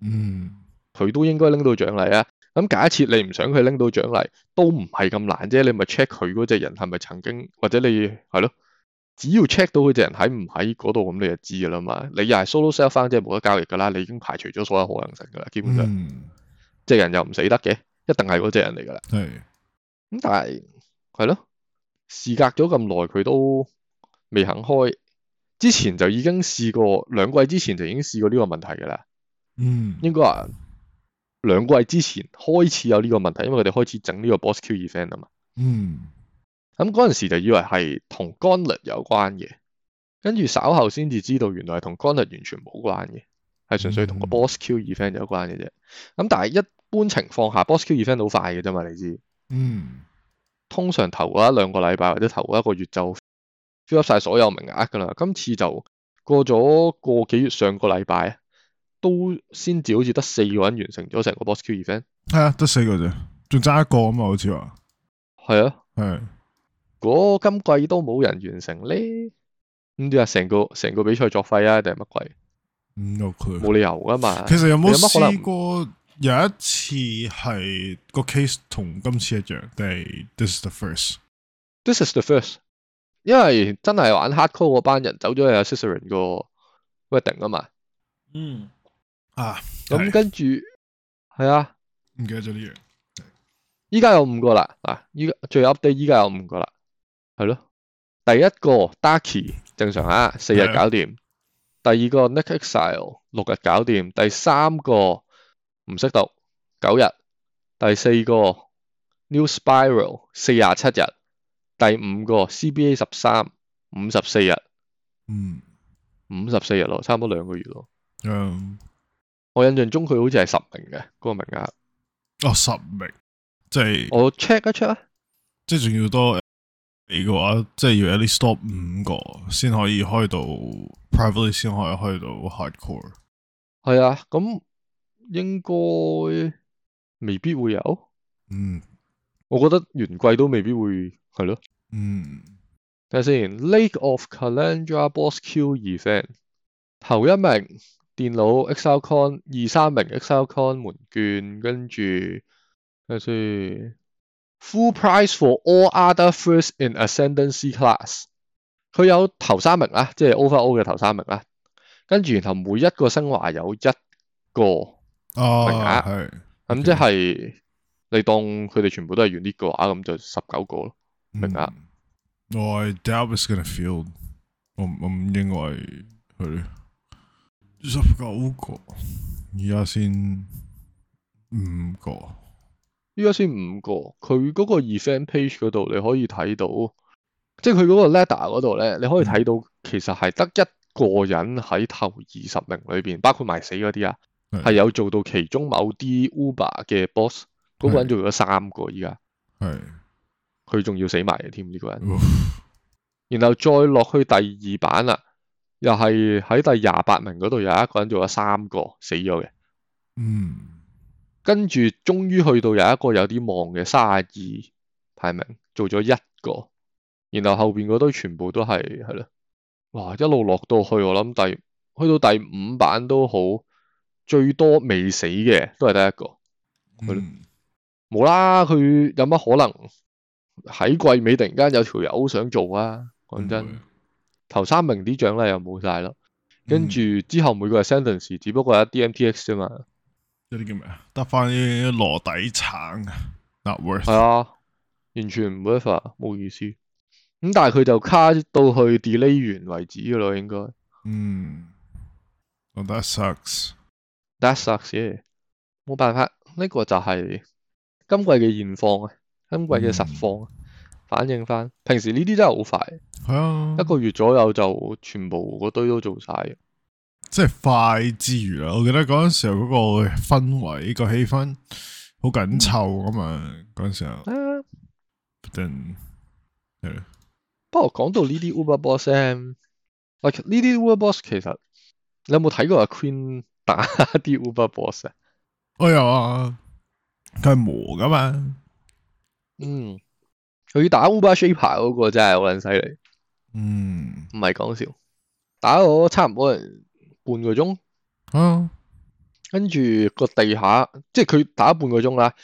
嗯
佢都應該拎到獎勵啊！咁假設你唔想佢拎到獎勵，都唔係咁難啫。你咪 check 佢嗰隻人係咪曾經，或者你係咯，只要 check 到佢隻人喺唔喺嗰度，咁你就知噶啦嘛。你又係 solo sell 翻，即係冇得交易噶啦。你已經排除咗所有可能性噶啦，基本上
嗯，
隻人又唔死得嘅，一定係嗰隻人嚟噶啦。
系
咁但係係咯，事隔咗咁耐，佢都未肯開。之前就已經試過兩季之前就已經試過呢個問題噶啦。
嗯
應該話兩季之前開始有呢個問題，因為佢哋開始整呢個 Boss Q event 啊嘛。
嗯
咁嗰陣時就以為係同 Gauntlet 有關嘅，跟住稍後先至知道原來係同 Gauntlet 完全冇關嘅，係純粹同個
嗯
Boss Q event 有關嘅啫。咁但係一般情況下，Boss Q event 好快嘅啫嘛，你知。
嗯
通常頭嗰一兩個禮拜或者頭嗰一個月就 fill up 曬所有名額㗎啦。今次就過咗個幾月，上個禮拜都先至好似得四個人完成咗成個 Boss Q event。
系啊，得四個啫，仲爭一個啊嘛，好似話
係啊，
係
嗰今季都冇人完成咧，咁點啊？成個成個比賽作廢啊，定係乜鬼？
嗯有佢。
冇理由噶嘛。
其實有冇
你有乜可能
試過有一次係個 case 同今次一樣，定係 this is the first？
This is the first，因為真係玩 hardcore 嗰班人走咗去阿 c i c e r o n 個 wedding 啊嘛。
嗯啊，
咁
係
跟住係啊。
唔記得咗呢樣。
依家有五個啦，嗱，依家最 update 依家有五個啦，係咯。第一個 Darky 正常啊，四日
係啊
搞掂。第二個 n e c Exile 六日搞掂。第三個唔識讀九日。第四個 New Spiral 四廿七日。第五個 CBA 十三五十四日，
嗯，
五十四日咯，差唔多兩個月咯。
嗯
我印象中佢好似係十名嘅嗰、個名額。
哦十名，即係
我 check 一 check 啊。
即係仲要多你嘅話，即係要 at least stop 五個先可以開到 privately 先可以開到 hardcore。
係啊，咁應該未必會有，
嗯
我覺得原季都未必會係咯。
嗯
睇下先，Lake of Calandra Boss Q Event 頭一名電腦 ExileCon 二三名 ExileCon 門券，跟住睇下先，Full Price for all other first in Ascendancy Class，佢有頭三名啦，即係 Overall 嘅頭三名啦，跟住然後每一個升華有一個。
哦
名額
係
咁
OK
即係你當佢哋全部都係 unique 嘅啊話，咁就十九個咯。名
嗯
額
我 Mm. I doubt it's gonna field，我唔我唔應該係咯十九個，而家先五個，
依家先五個，佢嗰個 event page 嗰度你可以睇到，即係佢嗰個 ladder 嗰度咧，你
嗯
可以睇到其實係得一個人喺頭二十名裏邊，包括埋死嗰啲啊，
係
係有做到其中某啲 Uber 嘅 boss，嗰個人做咗三個依家，
係
佢仲要死埋嘅添呢個人。
oof，
然後再落去第二版啦，又係喺第廿八名嗰度有一個人做咗三個死咗嘅。
嗯
跟住終於去到有一個有啲望嘅三十二排名，做咗一個，然後後邊嗰堆全部都係係咯，哇！一路落到去我諗第去到第五版都好，最多未死嘅都係得一個，係咯
嗯
冇啦！佢有乜可能喺季尾突然間有條友想做啊？講
唔會
真，頭三名啲獎勵又冇晒咯，跟
嗯
住之後每個 sentence 只不過係一 DMTX 啫嘛。
嗰啲叫咩啊？得翻啲羅底橙啊，not
系
worth。
啊，完全唔 worth 啊，冇意思。咁但係佢就卡到去 delay 完為止噶咯，應該。
嗯，well that sucks。
That sucks 嘅，冇辦法，呢、個就係今季嘅現況啊，今季嘅實況啊，反映翻。平時呢啲真係好快，
係啊，
一個月左右就全部嗰堆都做晒嘅。
即係快之餘啦，我記得嗰陣時候嗰個氛圍、個氣氛好緊湊咁啊，嗰陣時候。
啊，
Then 係咯
不過講到呢啲 Uber Boss 咧，like 呢啲 Uber Boss 其實你有冇睇過阿 Queen 打啲 Uber Boss 啊？
我有啊，佢係磨噶嘛，
嗯，佢打 Uber Shaper 嗰個真係好撚犀利，
Ừ. 嗯
唔係講笑，打咗差唔多成半個鐘，
啊，
跟住個地下，即係佢打半個鐘啦，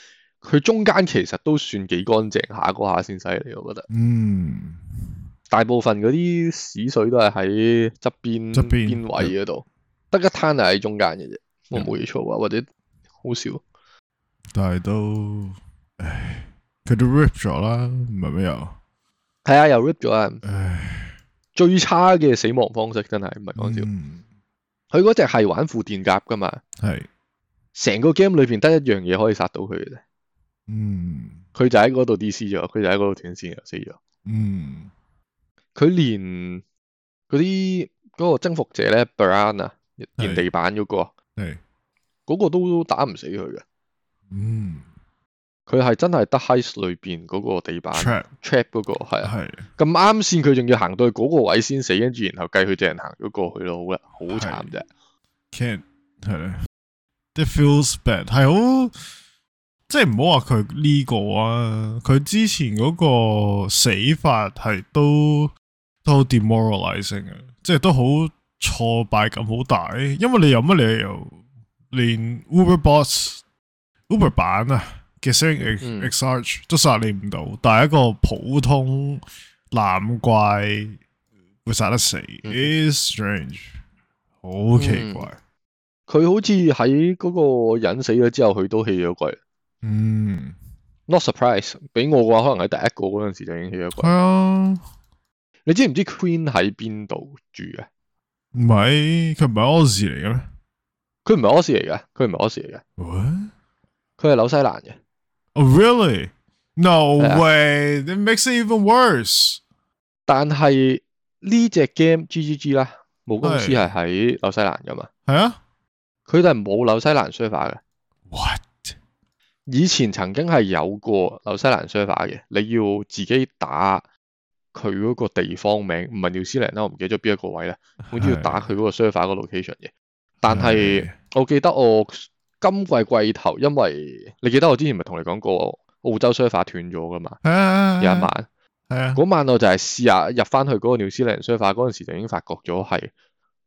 佢中間其實都算幾乾淨下嗰下先犀利，我覺得。
Ừ. 嗯，
大部分嗰啲屎水都係喺側邊
側邊
邊位嗰度，得一灘係喺中間嘅啫。我冇記錯啊，或者好少。
但系都，唉，佢都 rip 咗啦，唔系咩又，
係啊，又 rip 咗啊！
唉，
最差嘅死亡方式真係唔係
Ừ.
講笑。
系
佢嗰只係玩負電夾噶嘛，成個 game 裏邊得一樣嘢可以殺到佢嘅啫。
Ừ. 嗯
佢就喺嗰度 DC 咗，佢就喺嗰度斷線又死咗。
Ừ. 嗯
佢連嗰啲嗰個征服者咧 b r a n 啊，
係
原地板嗰、個
係
嗰、個都打唔死佢嘅。
嗯
佢係真係得 Heist 裏邊嗰個地板
，trap
trap 嗰、個係啊，
系
咁啱線佢仲要行到去嗰個位先死，跟住然後計佢隻人行咗過去咯，好啦，好
係
慘啫。
can't 系咧，that feels bad 系好，即系唔好话佢呢个啊，佢之前嗰个死法系都都好 demoralizing 嘅，即系都好挫败感好大，因为你有乜理由连 Uber Boss Uber 版啊嘅 s i n g
嗯
X Arch 都殺你唔到，但係一個普通藍怪會殺得死、
嗯
i s strange，好奇怪。
佢好似喺嗰個人死咗之後，佢都氣咗鬼。
嗯，
Not surprise，俾我嘅話，可能喺第一個嗰陣時就已經氣咗
係
鬼。
啊，
你知唔知 Queen 喺邊度住嘅？
唔係佢唔係 Oz 嚟嘅咩
佢唔係 o s 嚟嘅，佢唔係 o s 嚟嘅，
？What？Oh
佢係紐西蘭嘅。
Oh, really？No
係啊
way！It makes it even worse。
但係呢只 game GGG 啦，母公司
係
係喺紐西蘭噶嘛，
係啊
佢哋係冇紐西蘭 server 嘅。
，what？
以前曾經係有過紐西蘭 server 嘅，你要自己打佢嗰個地方名，唔係 New Zealand 啦，我唔記得咗邊一個位啦，總之要打佢嗰個 server 個 location 嘅。但係我記得我今季季頭，因為你記得我之前咪同你講過澳洲 server 斷咗噶嘛，
係啊
有一晚
係啊，
嗰晚我就係試下入翻去嗰個 New Zealand server 嗰陣時，就已經發覺咗係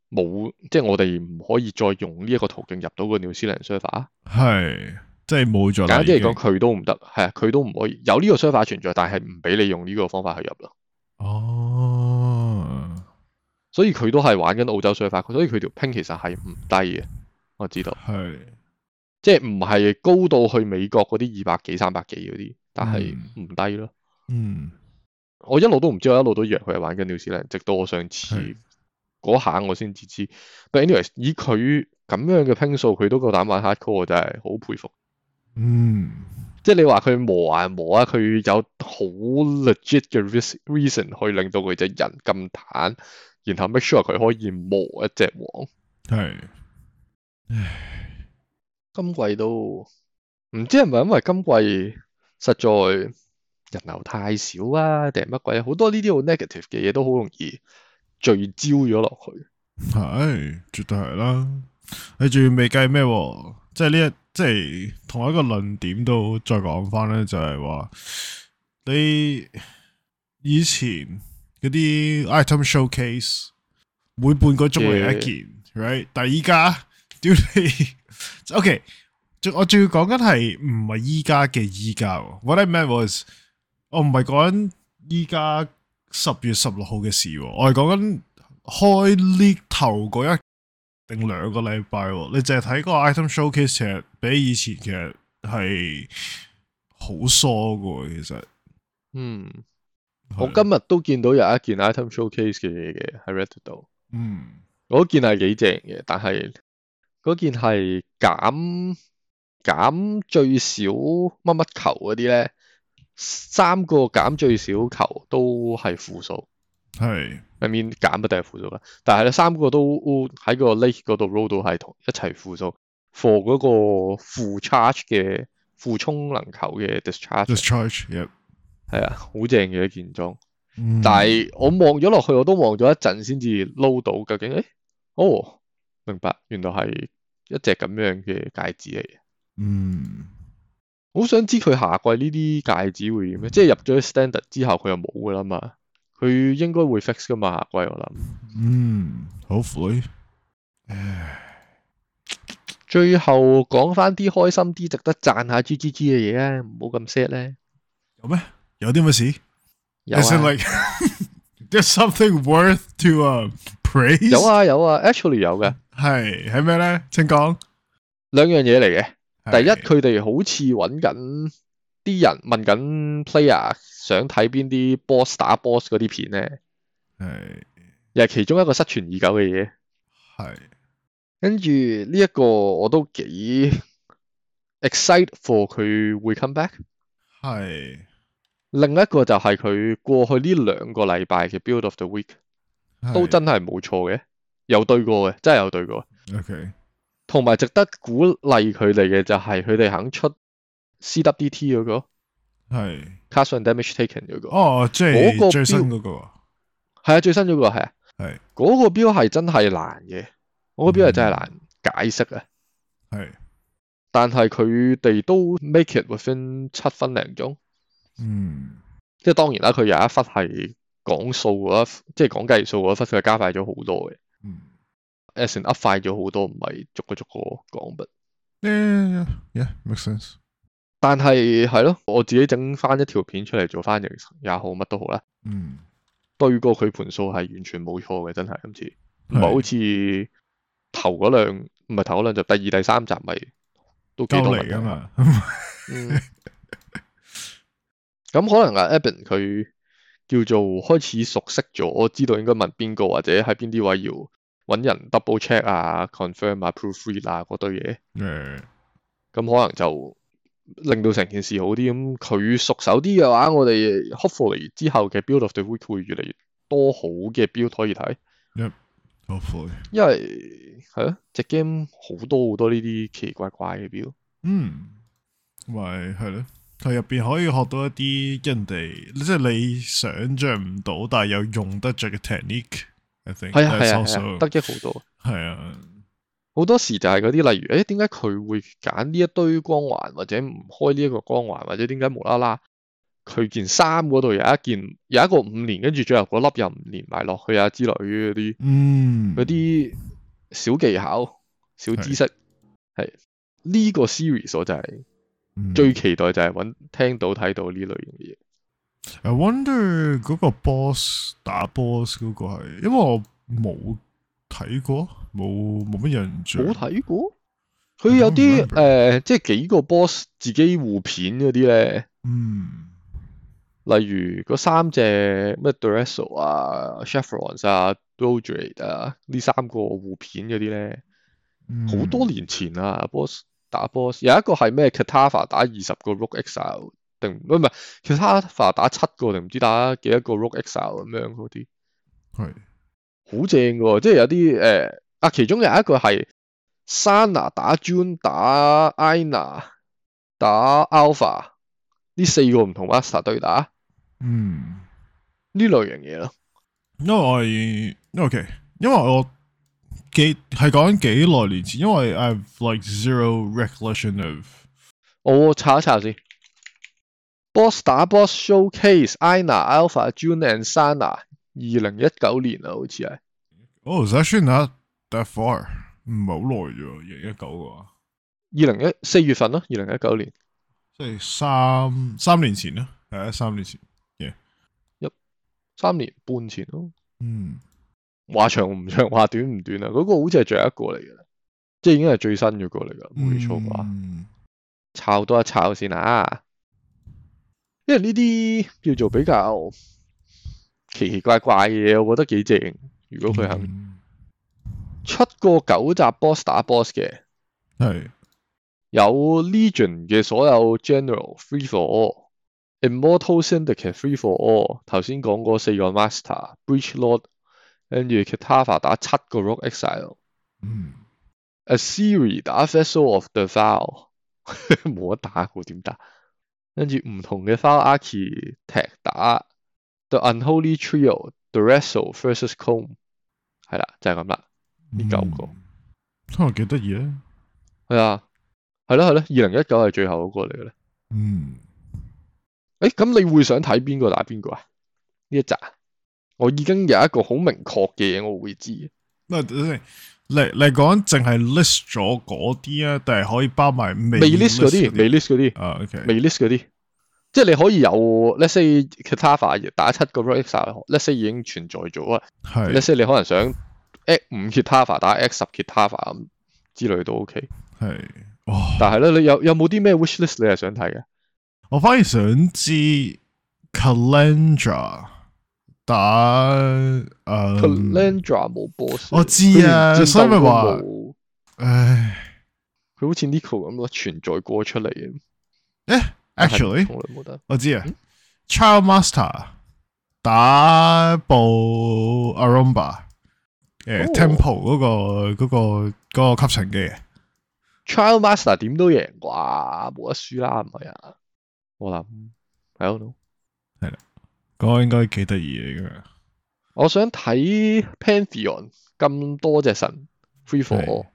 冇，即係我哋唔可以再用呢一個途徑入到個 New Zealand server。
係即係冇咗啦。
簡單啲
已經
嚟講，佢都唔得，係啊，佢都唔可以有呢個 server 存在，但係唔俾你用呢個方法去入咯。
哦。
所以佢都係玩緊澳洲 server，所以佢條 ping 其實係唔低嘅。我知道，
系，
即係唔係高到去美國嗰啲二百幾、三百幾嗰啲，但係唔低咯。
嗯，
我一路都唔知，我一路都以為佢係玩緊 New Zealand，直到我上次
係
嗰下我先至知。But anyways，以佢咁樣嘅 ping 數，佢都夠膽玩 hardcore，我真係好佩服。
嗯，
即係你話佢磨啊磨啊，佢有好 legit 嘅 reas- reason 去令到佢隻人咁坦，然後 make sure 佢可以磨一隻王。
系，
今季都唔知係咪因為今季實在人流太少啊，定係乜鬼啊？好多呢啲好 negative 嘅嘢都好容易聚焦咗落去。
系，绝对系啦。你仲要未计咩喎？即系呢一，即系同一个论点都再讲翻咧，就系话你以前嗰啲 item showcase 每半个钟嚟一件，right？但系依家， 屌你，OK。仲我仲要講緊係唔係依家嘅依家喎？What I meant was，我唔係講緊依家十月十六號嘅事喎，我係講緊開 league 頭嗰一定兩個禮拜喎。你淨係睇個 item showcase，其實比以前其實係好疏嘅喎，其實。
嗯，我今日都見到有一件 item showcase 嘅嘢嘅喺 Reddit 度。
嗯
嗰件係幾正嘅，但係嗰件係減減最少乜乜球嗰啲咧，三個減最少球都係負數
係
I mean 減一定係負數啦。但係咧三個都喺個 lake 嗰度 roll 到係同一齊負數，for 嗰個負 charge 嘅負充能球嘅 discharge
discharge yep，
係啊，好正嘅一件裝。
嗯
但係我望咗落去，我都望咗一陣先至撈到究竟，誒、哦，明白，原來係一隻咁樣嘅戒指嚟嘅。
嗯
好想知佢下季呢啲戒指會點咧？即係入咗 standard 之後，佢又冇噶啦嘛。佢應該會 fix 噶嘛，下季我諗。
嗯，好苦。唉
最後講翻啲開心啲、值得讚下 G G G 嘅嘢啊，唔好咁 sad 咧。
有咩？有啲乜事
有啊
？Is it like there's something worth to uh, praise？
有，啊有啊，actually 有嘅
係係咩咧？請講。
兩樣嘢嚟嘅。第一，
係
佢哋好似揾緊啲人問緊 player 想睇邊啲 boss 打 boss 嗰啲片咧，
係
又係其中一個失傳已久嘅嘢。
係
跟住呢一個我都幾 excite for 佢會 come back。
係
另一個就係佢過去呢兩個禮拜嘅 build of the week
係
都真係冇錯嘅，有對過嘅，真係有對過。
OK
同埋值得鼓勵佢哋嘅就係佢哋肯出 CWDT 嗰、個
係
Cast and Damage Taken 嗰、個。
哦，即
嗰個
係最新
標
嗰個啊
係啊，最新嗰個係啊，
係
嗰個標係真係難嘅，嗰個標係真係難解釋啊。
係
但係佢哋都 make it within 七分零鐘，
嗯
即係當然啦，佢有一忽係講數嗰一忽，即係講計數嗰一忽，佢係加快咗好多嘅
嗯。
，as in up 快咗好多，唔係逐個逐個講嘅。
Yeah, yeah, makes sense.
但係係咯，我自己整翻一條片出嚟做翻譯也好，乜都好啦，
嗯，
對過佢盤數係完全冇錯嘅，真係今次。唔
係
係好似頭嗰兩，唔係頭嗰兩集，第二、第三集咪都幾
夠
多
嚟噶
㗎。
嘛？
嗯， 咁可能阿 Eben 佢叫做開始熟悉咗，我知道應該問邊個或者喺邊啲位要揾人 double check 啊、confirm 啊、proofread 啊嗰堆嘢，
誒，
咁可能就令到成件事好啲。咁佢熟手啲嘅話，我哋 hopefully 之後嘅 build of the week 會越嚟越多好嘅 build 可以睇。
hopefully，
因為係啊，隻 game 好多好多呢啲奇奇怪怪嘅表，
嗯，咪係咯，佢入邊可以學到一啲人哋，即係你想象唔到，但係又用得着嘅 technique，I think
係啊係
that's
啊
also- à.
係啊，得益好多。
係啊，
好多時就係嗰啲例如，誒點解佢會揀呢一堆光環，或者唔開呢一個光環，或者點解無啦啦佢件衫嗰度有一件有一個五連，跟住最後嗰粒又唔連埋落去啊之類嗰啲
嗯，
嗰啲小技巧、小知識係呢個 series 我就係
嗯
最期待就係揾聽到睇到呢類型嘅嘢。
I wonder 嗰個 boss 打 boss 嗰個係，因為我冇睇過，冇冇乜印象，
冇睇過。佢有啲
I don't
誒、
remember
即係幾個 boss 自己互片嗰啲咧，
嗯，
例如嗰三隻咩 d u r e s o 啊、Chevrons 啊、Dodrade 啊，呢三個互片嗰啲咧，
嗯
好多年前啊，boss 打 boss，有一個係咩 Katafa 打二十個 Rook Exile，定唔係唔係 Katafa 打七個定唔知打幾多個 Rook Exile 咁樣嗰啲。
係，
好正嘅喎，即係有啲誒、呃啊，其中有一個係 Sana 打 June 打 Ina 打 Alpha 呢四個唔同 master 對打
嗯。
呢類型嘢咯。
因為我 OK，因為我幾係講緊幾耐年前，因為 I've like zero recollection of
我查一查先，Boss 打 Boss Showcase Ina Alpha June and Sana 二零一九年啊，好似係
oh it's actually not that far，唔係好耐啫喎，二零一九嘅話，
二零一四月份咯，二零一九年。
即係三三年前啦，係啊，三年前，
三年半前咯，
嗯，
話長唔長，話短唔短啊！嗰、個好似係最後一個嚟嘅，即係已經係最新嗰個嚟㗎，冇記錯嘅話。
嗯
炒多一炒先啊，因為呢啲叫做比較奇奇怪怪嘅嘢，我覺得幾正。如果佢肯
嗯
出過九集 boss 打 boss 嘅，
係
有 Legion 嘅所有 General Free for All、Immortal Syndicate Free for All，頭先講嗰四個 Master、Breach Lord，跟住 Katafa 打七個 Rock Exile、
嗯
Asiri 打 Vessel of the Vow，冇得打喎，點打？跟住唔同嘅 Vow Architect 打 The Unholy Trio、The Wrestle vs Comb，係啦，就係咁啦。呢九個
嗯可能幾得意啊，
係啊，係咯係咯，二零一九係最後嗰個嚟嘅咧。
嗯，
誒，咁你會想睇邊個打邊個啊？啊呢一集我已經有一個好明確嘅嘢，我會知。
唔係等陣先你你講淨係 list 咗嗰啲啊，定係可以包埋未
未 list 嗰啲，未 list 嗰啲，
啊？OK，Ờ,
未 list 嗰啲，即係你可以有，let's say Kitava 打七個 Racer，let's say 已經存在咗啊。
係
let's say 你可能想 X 五 Kitava 打 X 十 Kitava 咁之類都 OK。
係哇！
但係咧，你有有冇啲咩 wish list 你係想睇嘅？
我反而想知 Calendra 打誒，嗯
Calendra 冇 boss，
我知啊
佢連戰鬥
所以咪話
都冇
eh, 唉
佢好似 Nico 咁咯，存在過出嚟嘅。但係
，actually
從來冇得。
我知啊
嗯
，Child Master 打部 Aromba 誒
哦
Temple 嗰個嗰個嗰個吸塵機啊。
Trial Master 點都贏啩，冇得輸啦，唔係啊？我諗，I don't know。
嗰個應該幾得意嘅咁樣。
我想睇 Pantheon 咁多隻神 free for
係
all，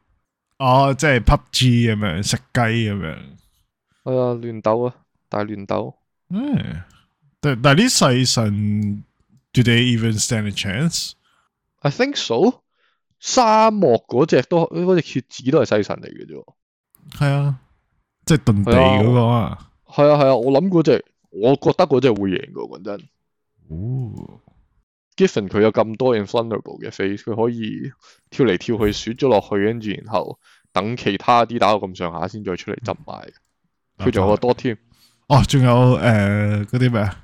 哦，即係 PUBG 咁樣食雞咁樣。
哎呀亂鬥啊，大亂鬥。
嗯，但但係啲細神，do they even stand a chance？
I think so。沙漠嗰只都嗰隻蝎子都係西神嚟嘅啫喎。
係啊，即係遁地嗰個啊。
係啊係啊，我諗嗰只，我覺得嗰只會贏嘅。講真
哦，
，Giffen 佢有咁多 inflammable 嘅 face，佢可以跳嚟跳去，選咗落去，跟住然後等其他啲打到咁上下先再出嚟執埋。
嗯
佢仲有個多添。
哦，仲有誒嗰啲咩啊？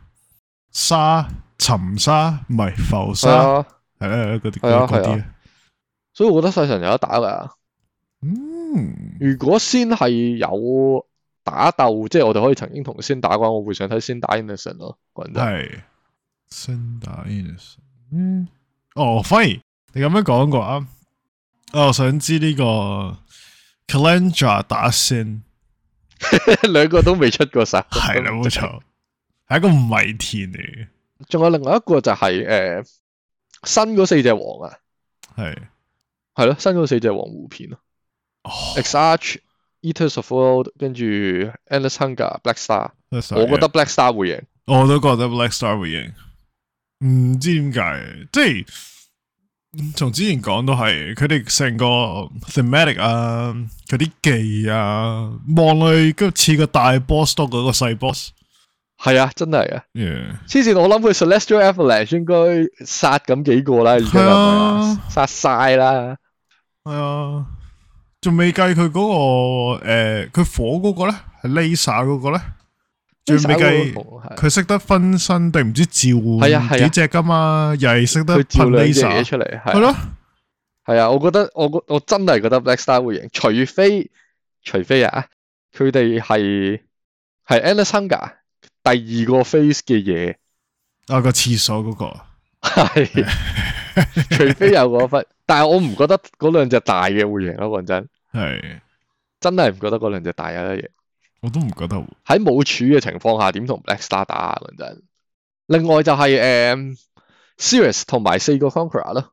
沙沉沙唔係浮
係
沙，
啊，
係啦嗰啲
係啊
嗰嗰啲
係
啊。
所以我覺得西神有得打㗎。
嗯，
如果先係有打鬥，即係我哋可以曾經同先打嘅話，我會想睇先打 Innocent 咯。講真。
係新打 Innocent。嗯，哦，反而你咁樣講嘅話，我想知呢個 Calendra 打先。
兩個都未出 過手，
系 啦，冇錯，係一個米田嚟嘅，
仲有另外一個就係、呃新嗰四隻王啊，
係
係咯，新嗰四隻王互片咯
哦，
，Exarch、Eaters of World 跟住 Endless Hunger、Black Star，
我
我覺得 Black Star 會贏，
啊我都覺得 Black Star 會贏，唔知點解，即係嗯從之前講都係，佢哋成個 thematic 啊，佢啲技啊，望落去跟住似個大 boss 多過個細 boss，
係啊，真係啊，
Yeah，
黐線，我諗佢 Celestial Avalanche 應該殺咁幾個啦，已經係
係
咪啊？殺晒啦，
係啊，仲未計佢嗰個诶，佢火嗰個咧，係 laser 嗰個咧，仲未計。
係
佢識得分身定唔知
係啊係
照幾
啊
隻噶嘛？又係識得
佢照
噴
兩隻嘢
laser，
出嚟，
係
係啊
咯，
係啊，我覺得我我真係覺得 Black Star 會贏，除非除非啊，佢哋係係 a n d e r s u n g a 第二個 face 嘅嘢，
啊個廁所嗰個
係除非有嗰忽，但係我唔覺得嗰兩隻大嘅會贏咯，講真，
係，
真係唔覺得嗰兩隻大有得贏。
我都唔覺得會
喺冇柱嘅情況下，點同 Black Star 打啊？講真，另外就係、誒、Sirius 同埋四個 Conqueror 啦，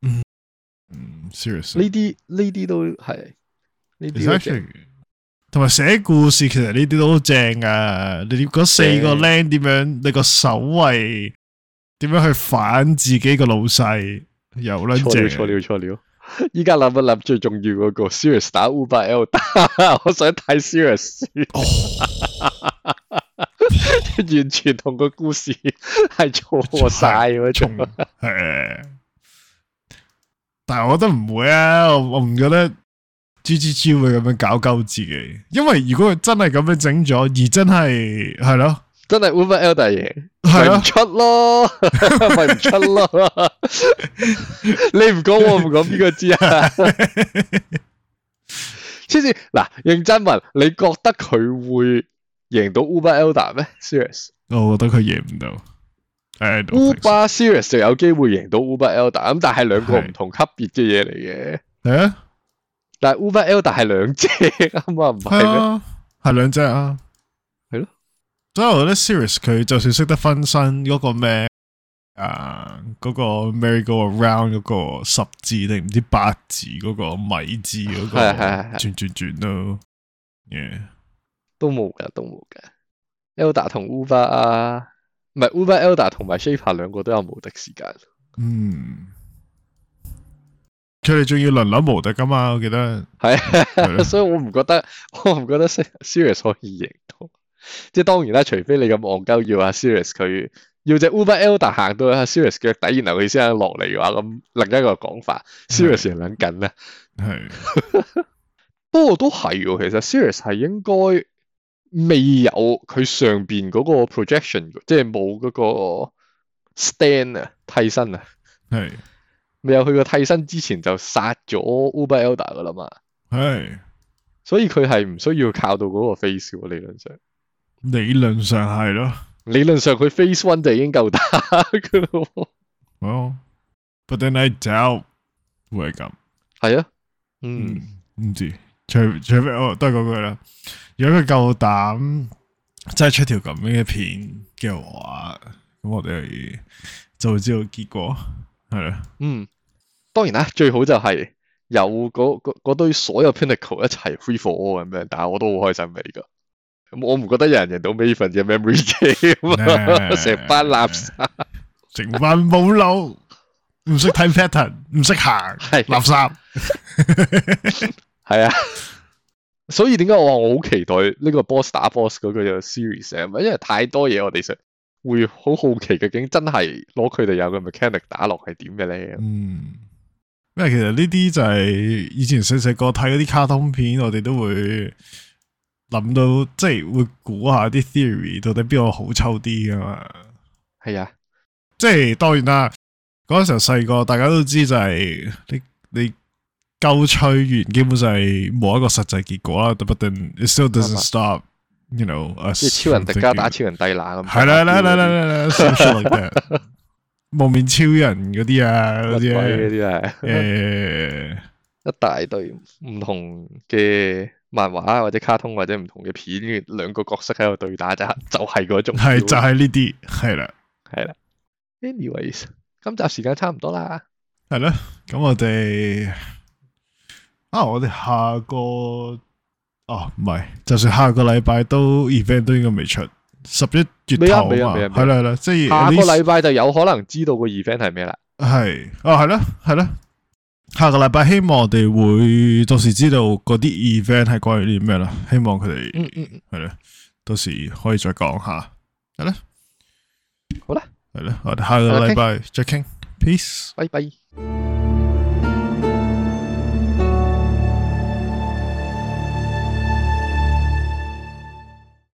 嗯 serious。
呢啲呢啲都係呢啲都正
Exactly 同埋寫故事，其實呢啲都正噶。你嗰四個
正
僆點樣？你個守衛點樣去反自己個老細？又撚
錯了
正，
錯了錯了！依家諗一諗最重要嗰、個 Sirius 打 Uber L 打， 我想睇 Sirius，完全同個故事係錯晒嗰
重
種。
係。但係我覺得唔會啊，我我唔覺得 G G G 會咁樣搞鳩自己，因為如果佢真係咁樣整咗，而真係係咯，
真係 Uber L 大贏，
係啊
咪唔
咯，
出咯， 咪唔出咯。你唔講我唔講，邊個知 啊？黐線嗱，認真問，你覺得佢會贏到 Uber L 大咩？Sirius？
我覺得佢贏唔到。I don't think so
Uber Series 就有機會贏到 Uber Elder，咁但係兩個唔同級別嘅嘢嚟嘅。
係啊，
但係 Uber Elder 係兩隻 啱啊，
係
唔係咩？
啊，係兩隻啊，
係咯。
所以我覺得 Serious 佢就算識得分身嗰個咩啊，嗰個 Merry Go Around 嗰個十字定唔知八字嗰個米字嗰個
係係係係
轉轉轉咯。Yeah
都冇㗎，都冇㗎。Elder 同 Uber 啊，唔係 Uber
Hmm.
Elder 同埋 Shaper 兩個都有無敵時間。
嗯，佢哋仲要輪流無敵噶嘛，我記得。係咯
係，所以我唔覺得，我唔覺得 Serious 可以贏到。即係當然啦，除非你咁戇鳩要阿 Serious 佢要只 Uber Elder 行到阿 Serious 腳底，然後佢先肯落嚟嘅話，咁另一個講法，Serious 係撚緊啦。
係
不過都係喎，其實 Serious 係應該未有佢上邊嗰個 projection，即係冇嗰個 stand 啊替身啊，
係
未有佢個替身之前就殺咗 Uber Elder 噶啦嘛，
係，
所以佢係唔需要靠到嗰個 face 喎，理論上。
理論上係咯。
理論上佢 Phase One 就已經夠打噶咯。
Well, but then I doubt 會係咁。
係啊，嗯，
唔知，除除非我都係嗰句啦。如果佢夠膽真係出條咁樣嘅片嘅話，咁我哋就會知道結果係啦。
嗯，當然啦，最好就係有嗰嗰嗰堆所有 Pinnacle 一齊 free for all 咁樣打，我都好開心嚟噶。咁我唔覺得有人贏到 Maven 嘅 Memory Game 啊，成班垃圾
成班冇腦，唔識睇 pattern，唔識行，
係
垃圾。
係啊。所以點解我話我好期待呢個 boss 打 boss 嗰個 series 啊？因為太多嘢我哋想會好好奇究竟真係攞佢哋有嘅 mechanic 打落係點嘅咧？
嗯，因為其實呢啲就係以前細細個睇嗰啲卡通片，我哋都會諗到，即係會估下啲 theory 到底邊個好抽啲噶嘛。
係啊，
即係當然啦，嗰陣時候細個，大家都知就係、你你鳩吹完，基本上係冇一個實際結果啦。But then it still
啱
doesn't
啊
stop, you know.
即係超人 迪加打超人帝拿咁。
係啦啦啦啦啦啦，social like that，蒙面超人嗰啲啊嗰
乜鬼
啲
嗰
啊，
啲係
誒
一大堆唔同嘅漫畫或者卡通或者唔同嘅片，跟住兩個角色喺度對打就就係嗰種
係
feel。
就係呢啲係啦
係啦。Anyways，今集時間差唔多啦，
係啦，咁我哋啊我哋下個哦唔係，就算下個禮拜都 event 都應該未出，十一月
未啊
頭啊
未啊
嘛，
未啊未啊
係啦係啦，即係
下
at
個
least-
禮拜就有可能知道個 event 係咩啦。
係哦，係啦，係啦。下個禮拜希望我哋會到時知道嗰啲 event 係關於啲咩啦。希望佢
嗯
哋
嗯嗯，
係啦，到時可以再講下。係啦，
好啦，
係啦，我哋下個禮拜再傾。Peace。
拜拜。